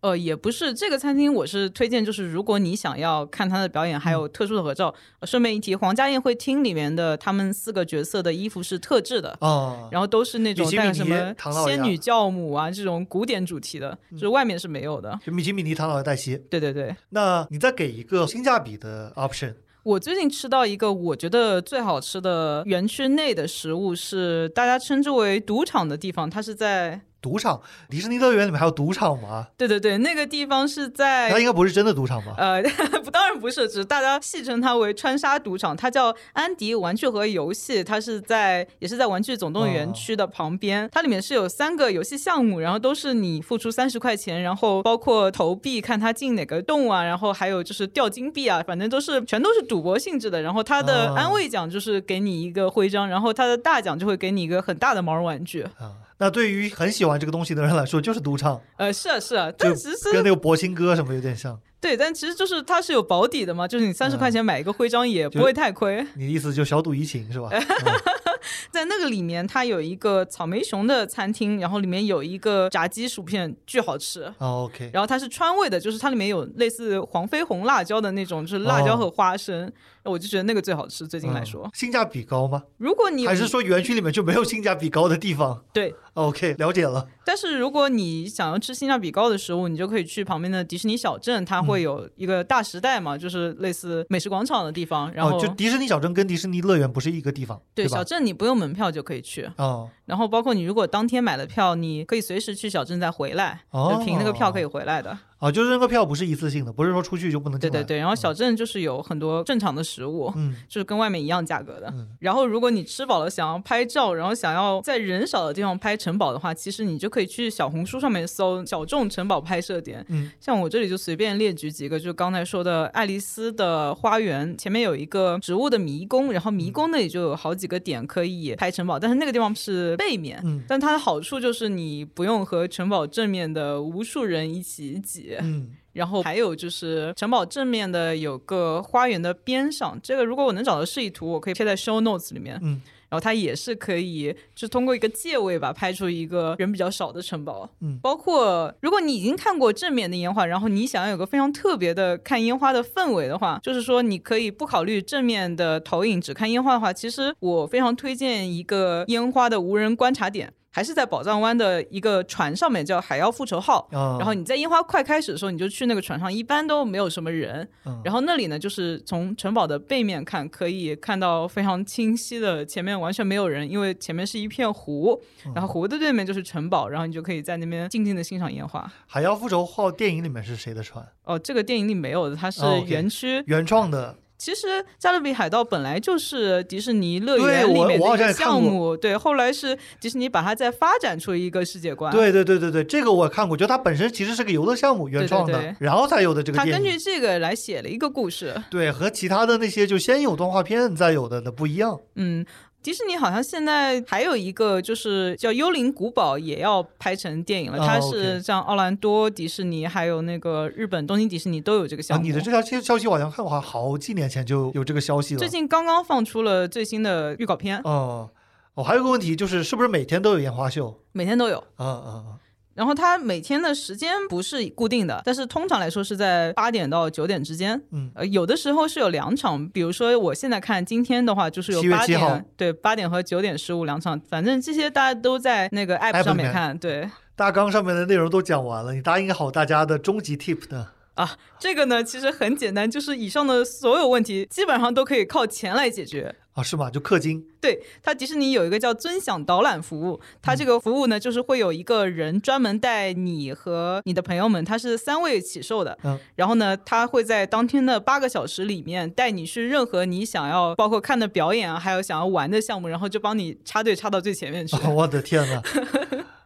Speaker 1: 呃，也不是这个餐厅，我是推荐，就是如果你想要看他的表演，还
Speaker 2: 嗯
Speaker 1: 有特殊的合照。呃顺便一提，皇家宴会厅里面的他们四个角色的衣服是特制的。
Speaker 2: 啊、
Speaker 1: 然后都是那种
Speaker 2: 米奇
Speaker 1: 带
Speaker 2: 米
Speaker 1: 什
Speaker 2: 妮
Speaker 1: 么
Speaker 2: 唐老
Speaker 1: 仙
Speaker 2: 鸭嗯
Speaker 1: 女教母啊这种古典主题的，就是外面是没有的。
Speaker 2: 就米奇米妮、唐老鸭、黛西。
Speaker 1: 对对对，
Speaker 2: 那你再给一个性价比的 option，
Speaker 1: 我最近吃到一个我觉得最好吃的园区内的食物是大家称之为赌场的地方，它是在
Speaker 2: 赌场，迪士尼乐园里面还有赌场吗？
Speaker 1: 对对对，那个地方是在
Speaker 2: 那应该不是真的赌场吧？
Speaker 1: [LAUGHS] 呃，不，当然不是，只是大家戏称它为川沙赌场，它叫安迪玩具盒游戏，它是在也是在玩具总动员
Speaker 2: 哦
Speaker 1: 区的旁边，它里面是有三个游戏项目，然后都是你付出三十块钱，然后包括投币看它进哪个洞啊，然后还有就是掉金币啊，反正都是全都是赌博性质的。然后它的
Speaker 2: 哦
Speaker 1: 安慰奖就是给你一个徽章，然后它的大奖就会给你一个很大的毛绒玩具。
Speaker 2: 啊，那对于很喜欢这个东西的人来说，就是赌场，
Speaker 1: 呃，是啊是啊，
Speaker 2: 就
Speaker 1: 但其实
Speaker 2: 跟那个博兴哥什么有点像。
Speaker 1: 对，但其实就是它是有保底的嘛，就是你三十
Speaker 2: 嗯
Speaker 1: 块钱买一个徽章也不
Speaker 2: 就
Speaker 1: 会太亏。
Speaker 2: 你的意思就小赌怡情是吧？
Speaker 1: 哎
Speaker 2: 嗯
Speaker 1: [LAUGHS] 在那个里面，它有一个草莓熊的餐厅，然后里面有一个炸鸡薯片，巨好吃。
Speaker 2: 哦，OK，
Speaker 1: 然后它是川味的，就是它里面有类似黄飞鸿辣椒的那种，就是辣椒和花生，我就觉得那个最好 [LAUGHS] 吃。最近来说，
Speaker 2: 哦嗯性价比高吗？
Speaker 1: 如果你
Speaker 2: 还是说园区里面就没有性价比高的地方啊
Speaker 1: 对，
Speaker 2: ？OK，了解了。
Speaker 1: 但是如果你想要吃性价比高的食物，你就可以去旁边的迪士尼小镇，它
Speaker 2: 嗯
Speaker 1: 会有一个大时代嘛，就是类似美食广场的地方。然后、
Speaker 2: 哦，就迪士尼小镇跟迪士尼乐园不是一个地方，
Speaker 1: 对小
Speaker 2: 吧？
Speaker 1: 镇你不用门票就可以去，
Speaker 2: 哦，
Speaker 1: 然后包括你如果当天买了票，你可以随时去小镇再回来，
Speaker 2: 哦
Speaker 1: 就凭那个票可以回来的。
Speaker 2: 啊，就是那个票不是一次性的，不是说出去就不能
Speaker 1: 对
Speaker 2: 进来。
Speaker 1: 对对，然后小镇就是有很多正常的食物，
Speaker 2: 嗯，
Speaker 1: 就是跟外面一样价格的。
Speaker 2: 嗯
Speaker 1: 然后如果你吃饱了想要拍照，然后想要在人少的地方拍城堡的话，其实你就可以去小红书上面搜小众城堡拍摄点。
Speaker 2: 嗯，
Speaker 1: 像我这里就随便列举几个，就刚才说的爱丽丝的花园前面有一个植物的迷宫，然后
Speaker 2: 嗯
Speaker 1: 迷宫那里就有好几个点可以拍城堡，但是那个地方是背面。
Speaker 2: 嗯
Speaker 1: 但它的好处就是你不用和城堡正面的无数人一起挤，
Speaker 2: 嗯，
Speaker 1: 然后还有就是城堡正面的有个花园的边上，这个如果我能找到示意图，我可以贴在 show notes 里面。
Speaker 2: 嗯，
Speaker 1: 然后它也是可以，就通过一个借位吧，拍出一个人比较少的城堡。
Speaker 2: 嗯，
Speaker 1: 包括如果你已经看过正面的烟花，然后你想要有个非常特别的看烟花的氛围的话，就是说你可以不考虑正面的投影，只看烟花的话，其实我非常推荐一个烟花的无人观察点。还是在宝藏湾的一个船上面，叫海妖复仇号。
Speaker 2: 啊，
Speaker 1: 然后你在樱花快开始的时候，你就去那个船上，一般都没有什么人。
Speaker 2: 嗯
Speaker 1: 然后那里呢，就是从城堡的背面看，可以看到非常清晰的，前面完全没有人，因为前面是一片湖，
Speaker 2: 嗯
Speaker 1: 然后湖的对面就是城堡，然后你就可以在那边静静的欣赏烟花。
Speaker 2: 海妖复仇号》电影里面是谁的船？
Speaker 1: 哦，这个电影里没有的，它是
Speaker 2: 哦，OK
Speaker 1: 园区。 [LAUGHS]
Speaker 2: 原创的，
Speaker 1: 其实《加勒比海盗》本来就是迪士尼乐
Speaker 2: 对
Speaker 1: 园里
Speaker 2: 我
Speaker 1: 面
Speaker 2: 我
Speaker 1: 的
Speaker 2: 好
Speaker 1: 一
Speaker 2: 像
Speaker 1: 个
Speaker 2: 也看
Speaker 1: 项
Speaker 2: 过
Speaker 1: 目，对，后来是迪士尼把它再发展出一个世界观。
Speaker 2: 对对对对对，这个我看过，就它本身其实是个游乐项目原
Speaker 1: 对对
Speaker 2: 创的，
Speaker 1: 对
Speaker 2: 然后才有的这个
Speaker 1: 它
Speaker 2: 电
Speaker 1: 根
Speaker 2: 影
Speaker 1: 据。这个来写了一个故事，
Speaker 2: 对，和其他的那些就先有动画片再有的的不一样。
Speaker 1: 嗯，迪士尼好像现在还有一个就是叫《幽灵古堡》，也要拍成电影了。
Speaker 2: 哦
Speaker 1: 它
Speaker 2: OK
Speaker 1: 是像奥兰多迪士尼，还有那个日本东京迪士尼都有这个
Speaker 2: 啊，
Speaker 1: 项目。
Speaker 2: 你的这条消消息我好像看过，好好几年前就有这个消息了。嗯
Speaker 1: 最近刚刚放出了最新的预告片，
Speaker 2: 哦，我、还有个问题就是，是不是每天都有烟花秀？
Speaker 1: 每天都有。
Speaker 2: 嗯嗯嗯，
Speaker 1: 然后它每天的时间不是固定的，但是通常来说是在八点到九点之间。
Speaker 2: 嗯，
Speaker 1: 呃，有的时候是有两场，比如说我现在看今天的话，就是有
Speaker 2: 7月
Speaker 1: 八
Speaker 2: 7号
Speaker 1: 点对八点和九点十五两场，反正这些大家都在那个
Speaker 2: App
Speaker 1: app 上
Speaker 2: 里面
Speaker 1: 面看。对
Speaker 2: 大纲上面的内容都讲完了，你答应好大家的终极 tip 呢？
Speaker 1: 啊，这个呢其实很简单，就是以上的所有问题基本上都可以靠钱来解决。
Speaker 2: 啊，是吗？就氪金，
Speaker 1: 对它，迪士尼有一个叫尊享导览服务，它这个服务呢，就是会有一个人专门带你和你的朋友们，它是三位起售的。
Speaker 2: 嗯，
Speaker 1: 然后呢，他会在当天的八个小时里面带你去任何你想要，包括看的表演啊，还有想要玩的项目，然后就帮你插队插到最前面去。
Speaker 2: 哦 [LAUGHS] 我的天
Speaker 1: [LAUGHS]
Speaker 2: 呐，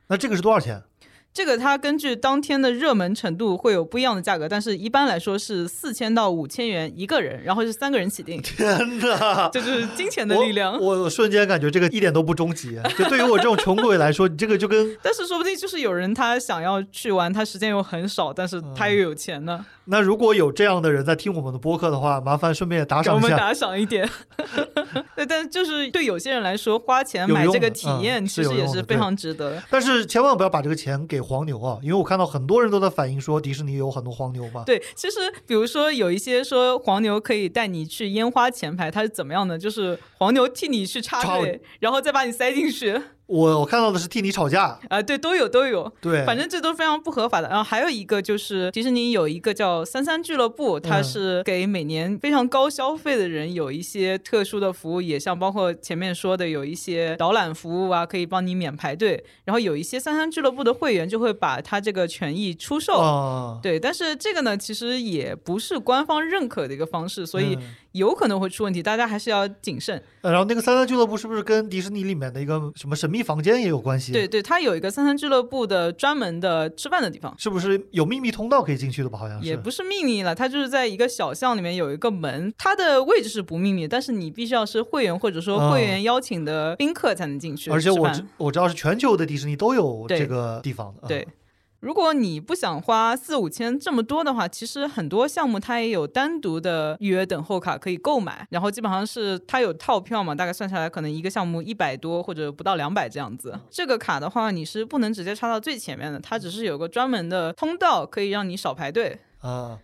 Speaker 2: 那这个是多少钱？
Speaker 1: 这个它根据当天的热门程度会有不一样的价格，但是一般来说是四千到五千元一个人，然后是三个人起
Speaker 2: [LAUGHS]
Speaker 1: 订，
Speaker 2: 天呐！
Speaker 1: 这就是金钱的
Speaker 2: 我
Speaker 1: 力量。
Speaker 2: 我我瞬间感觉这个一点都不终极，就对于我这种穷鬼来说，你这个就跟
Speaker 1: 但是说不定就是有人他想要去玩，他时间又很少，但是他又有钱呢，
Speaker 2: 那如果有这样的人在听我们的播客的话，麻烦顺便也打
Speaker 1: 给我
Speaker 2: 赏一
Speaker 1: 们
Speaker 2: 下，
Speaker 1: 打赏一点。 [LAUGHS] 对，但就是对有些人来说，花钱
Speaker 2: 有
Speaker 1: 买
Speaker 2: 用
Speaker 1: 这个
Speaker 2: 的
Speaker 1: 体
Speaker 2: 嗯
Speaker 1: 验其
Speaker 2: 是有
Speaker 1: 实也
Speaker 2: 用的
Speaker 1: 是非
Speaker 2: 对
Speaker 1: 常值得的。
Speaker 2: 但是千万不要把这个钱给黄牛啊，因为我看到很多人都在反映说迪士尼有很多黄牛嘛。
Speaker 1: 对，其实比如说有一些说黄牛可以带你去烟花前排，它是怎么样呢？就是黄牛替你去插
Speaker 2: 插
Speaker 1: 队，然后再把你塞进去啊、
Speaker 2: 我我看到的是替你吵架，
Speaker 1: 呃对，都有都有。
Speaker 2: 对，
Speaker 1: 反正这都是非常不合法的。然后还有一个就是迪士尼有一个叫“三三俱乐部”，它
Speaker 2: 嗯
Speaker 1: 是给每年非常高消费的人有一些特殊的服务，也像包括前面说的有一些导览服务啊，可以帮你免排队。然后有一些“三三俱乐部”的会员就会把他这个权益出售。
Speaker 2: 啊、
Speaker 1: 对，但是这个呢，其实也不是官方认可的一个方式，所以
Speaker 2: 嗯
Speaker 1: 有可能会出问题，大家还是要谨慎。
Speaker 2: 呃然后那个三三俱乐部是不是跟迪士尼里面的一个什么神秘房间也有关系？
Speaker 1: 对，对，它有一个三三俱乐部的专门的吃饭的地方。
Speaker 2: 是不是有秘密通道可以进去的吧？好像
Speaker 1: 也
Speaker 2: 是。
Speaker 1: 不是秘密了，它就是在一个小巷里面有一个门，它的位置是不秘密，但是你必须要是会员或者说会员邀请的宾客才能进去吃饭。
Speaker 2: 嗯而且我知我知道是全球的迪士尼都有这个地方的。
Speaker 1: 对
Speaker 2: 嗯，
Speaker 1: 如果你不想花四五千这么多的话，其实很多项目它也有单独的预约等候卡可以购买，然后基本上是它有套票嘛，大概算下来可能一个项目一百多或者不到两百这样
Speaker 2: 嗯
Speaker 1: 子。这个卡的话，你是不能直接插到最前面的，它只是有个专门的通道可以让你少排队。
Speaker 2: 啊、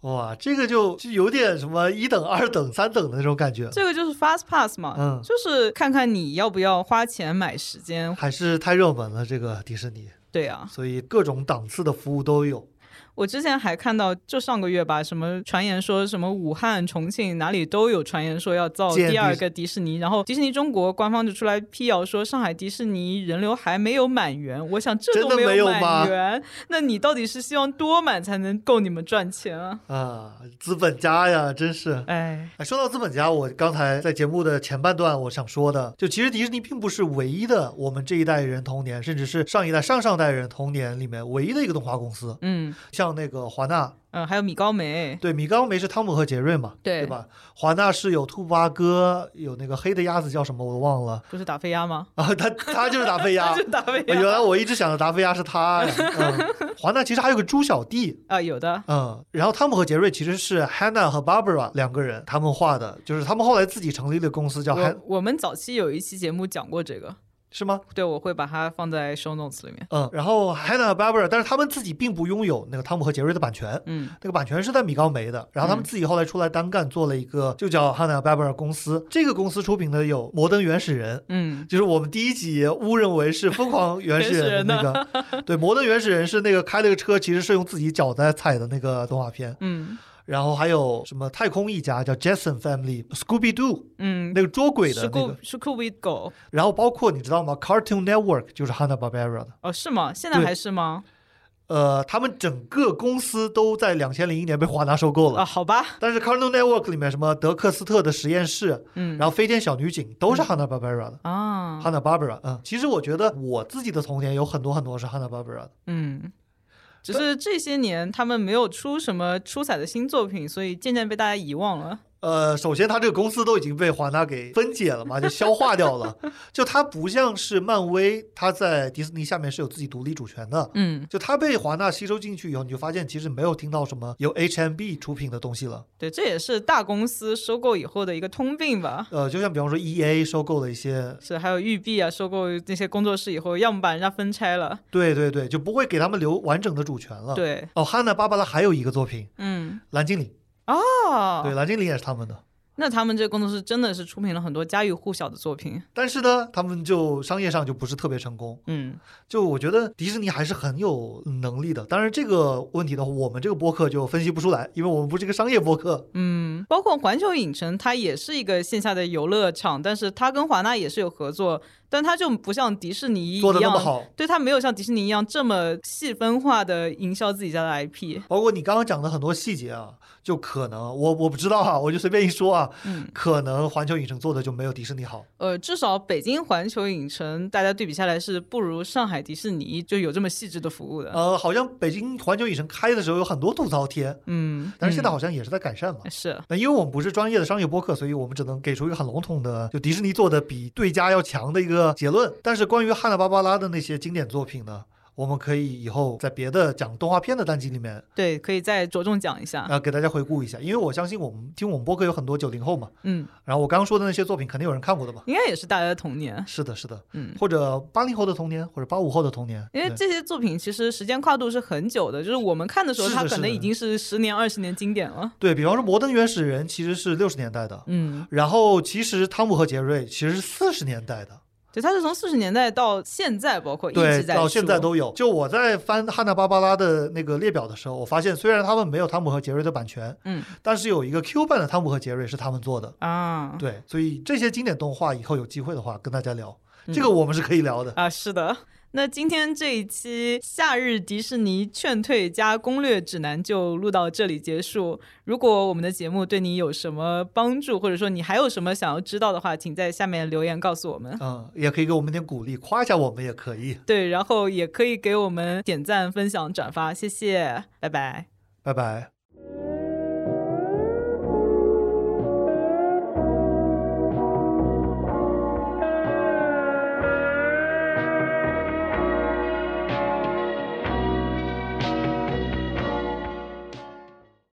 Speaker 2: 哇，这个就就有点什么一等、二等、三等的那种感觉，
Speaker 1: 这个就是 fast pass 嘛，
Speaker 2: 嗯
Speaker 1: 就是看看你要不要花钱买时间。
Speaker 2: 还是太热门了这个迪士尼，
Speaker 1: 对啊，
Speaker 2: 所以各种档次的服务都有。
Speaker 1: 我之前还看到，就上个月吧，什么传言说什么武汉、重庆哪里都有传言说要造
Speaker 2: 建
Speaker 1: 第二
Speaker 2: 迪士
Speaker 1: 个迪士尼，然后迪士尼中国官方就出来辟谣说上海迪士尼人流还没有满员。我想这
Speaker 2: 真的
Speaker 1: 都
Speaker 2: 没有吗
Speaker 1: 满员，那你到底是希望多满才能够你们赚钱啊？
Speaker 2: 啊，资本家呀，真是。
Speaker 1: 哎，
Speaker 2: 哎，说到资本家，我刚才在节目的前半段，我想说的，就其实迪士尼并不是唯一的我们这一代人童年，甚至是上一代、上上代人童年里面唯一的一个动画公司。
Speaker 1: 嗯
Speaker 2: 像那个华纳，
Speaker 1: 嗯、呃还有米高梅，
Speaker 2: 对，米高梅是汤姆和杰瑞嘛，
Speaker 1: 对
Speaker 2: 对吧？华纳是有兔八哥，有那个黑的鸭子叫什么我忘了
Speaker 1: 不是打飞鸭吗？
Speaker 2: 啊，他他就是达菲
Speaker 1: [LAUGHS]
Speaker 2: 鸭
Speaker 1: 就。是打飞
Speaker 2: 原
Speaker 1: 鸭啊、
Speaker 2: 来我一直想的达菲鸭是他呀。嗯、华纳其实还有个猪小弟，
Speaker 1: 啊有的，
Speaker 2: 嗯，然后汤姆和杰瑞其实是 Hannah 和 Barbara 两个人他们画的，就是他们后来自己成立了公司叫 Han，
Speaker 1: 我我们早期有一期节目讲过这个，
Speaker 2: 是吗？嗯
Speaker 1: 对，我会把它放在 show notes 里面。
Speaker 2: 嗯，然后 Hannah 和 Barbara，但是他们自己并不拥有那个汤姆和杰瑞的版权。
Speaker 1: 嗯
Speaker 2: 那个版权是在米高梅的，然后他们
Speaker 1: 嗯
Speaker 2: 自己后来出来单干做了一个，就叫 Hannah Barbera 公司。这个公司出品的有《摩登原始人》，
Speaker 1: 嗯，
Speaker 2: 就是我们第一集误认为是《疯狂原始人》的那 [LAUGHS] 个。对，《摩登原始人》是那个开了个车，其实是用自己脚在踩的那个动画片。
Speaker 1: 嗯
Speaker 2: 然后还有什么太空一家叫 Jason Family、Scooby Doo
Speaker 1: 嗯，
Speaker 2: 那个捉鬼的
Speaker 1: 是
Speaker 2: 那
Speaker 1: 酷
Speaker 2: 个，
Speaker 1: 是酷比狗
Speaker 2: 然后包括你知道吗？Cartoon Network 就是 Hanna Barbera 的。
Speaker 1: 哦，是吗？现在
Speaker 2: 对
Speaker 1: 还是吗？
Speaker 2: 呃，他们整个公司都在两千零一年被华纳收购了。
Speaker 1: 啊，好吧，
Speaker 2: 但是 Cartoon Network 里面什么德克斯特的实验室，
Speaker 1: 嗯
Speaker 2: 然后飞天小女警都是 Hanna Barbera 的。
Speaker 1: 啊，
Speaker 2: Hanna Barbera，嗯，其实我觉得我自己的童年有很多很多是 Hanna Barbera 的。
Speaker 1: 嗯。只是这些年他们没有出什么出彩的新作品，所以渐渐被大家遗忘了。
Speaker 2: 呃，首先它这个公司都已经被华纳给分解了嘛，就消化掉了。就它不像是漫威，它在迪士尼下面是有自己独立主权的。
Speaker 1: 嗯，
Speaker 2: 就它被华纳吸收进去以后，你就发现其实没有听到什么由 HMB 出品的东西了。
Speaker 1: 对，这也是大公司收购以后的一个通病吧。
Speaker 2: 呃，就像比方说 EA 收购了一些，
Speaker 1: 是，还有育碧啊，收购那些工作室以后，要么把人家分拆了。
Speaker 2: 对对对，就不会给他们留完整的主权了。，
Speaker 1: 对，
Speaker 2: 哦，汉娜芭芭拉还有一个作品《
Speaker 1: 嗯，
Speaker 2: 蓝精灵》，对，《
Speaker 1: 哦，
Speaker 2: 蓝精灵》也是他们的。
Speaker 1: 那他们这个工作室真的是出品了很多家喻户晓的作品。
Speaker 2: 但是呢，他们就商业上就不是特别成功。
Speaker 1: 嗯，
Speaker 2: 就我觉得迪士尼还是很有能力的。当然，这个问题的话，我们这个播客就分析不出来，因为我们不是一个商业播客。
Speaker 1: 嗯，包括环球影城，它也是一个线下的游乐场，但是它跟华纳也是有合作，但它就不像迪士尼一
Speaker 2: 做得那么
Speaker 1: 样
Speaker 2: 好
Speaker 1: 对，它没有像迪士尼一样这么细分化的营销自己家的 IP。
Speaker 2: 包括你刚刚讲的很多细节啊，就可能我我不知道啊，我就随便一说啊，
Speaker 1: 嗯，
Speaker 2: 可能环球影城做的就没有迪士尼好。
Speaker 1: 呃，至少北京环球影城，大家对比下来是不如上海迪士尼就有这么细致的服务的。
Speaker 2: 呃，好像北京环球影城开的时候有很多吐槽贴，
Speaker 1: 嗯，
Speaker 2: 但是现在
Speaker 1: 嗯
Speaker 2: 好像也是在改善嘛。
Speaker 1: 是
Speaker 2: 那因为我们不是专业的商业播客，所以我们只能给出一个很笼统的，就迪士尼做的比对家要强的一个结论。但是关于汉娜芭芭拉的那些经典作品呢，我们可以以后在别的讲动画片的单集里面
Speaker 1: 对，可以再着重讲一下。
Speaker 2: 啊、给大家回顾一下，因为我相信我们听我们播客有很多九零后嘛，
Speaker 1: 嗯，
Speaker 2: 然后我刚刚说的那些作品肯定有人看过的嘛。
Speaker 1: 应该也是大家的童年。
Speaker 2: 是的，是的，
Speaker 1: 嗯，
Speaker 2: 或者八零后的童年，或者八五后的童年，
Speaker 1: 因为
Speaker 2: 对
Speaker 1: 这些作品其实时间跨度是很久的，就是我们看的时候，
Speaker 2: 是的
Speaker 1: 它
Speaker 2: 是
Speaker 1: 可能
Speaker 2: 的
Speaker 1: 已经是十年、二十年经典了。
Speaker 2: 对比方说《摩登原始人》其实是六十年代的，
Speaker 1: 嗯，
Speaker 2: 然后其实《汤姆和杰瑞》其实是四十年代的，
Speaker 1: 对，它是从四十年代到现在，包括一
Speaker 2: 对，
Speaker 1: 直在
Speaker 2: 到现在
Speaker 1: 出
Speaker 2: 都有。就我在翻《汉娜芭芭拉》的那个列表的时候，我发现虽然他们没有汤姆和杰瑞的版权，
Speaker 1: 嗯
Speaker 2: 但是有一个 Q 版的汤姆和杰瑞是他们做的。
Speaker 1: 啊，
Speaker 2: 对，所以这些经典动画以后有机会的话跟大家聊，
Speaker 1: 嗯
Speaker 2: 这个我们是可以聊的。
Speaker 1: 啊，是的。那今天这一期夏日迪士尼劝退加攻略指南就录到这里结束。如果我们的节目对你有什么帮助，或者说你还有什么想要知道的话，请在下面留言告诉我们。
Speaker 2: 嗯，也可以给我们点鼓励，夸一下我们也可以。
Speaker 1: 对，然后也可以给我们点赞、分享、转发，谢谢，拜拜。
Speaker 2: 拜拜。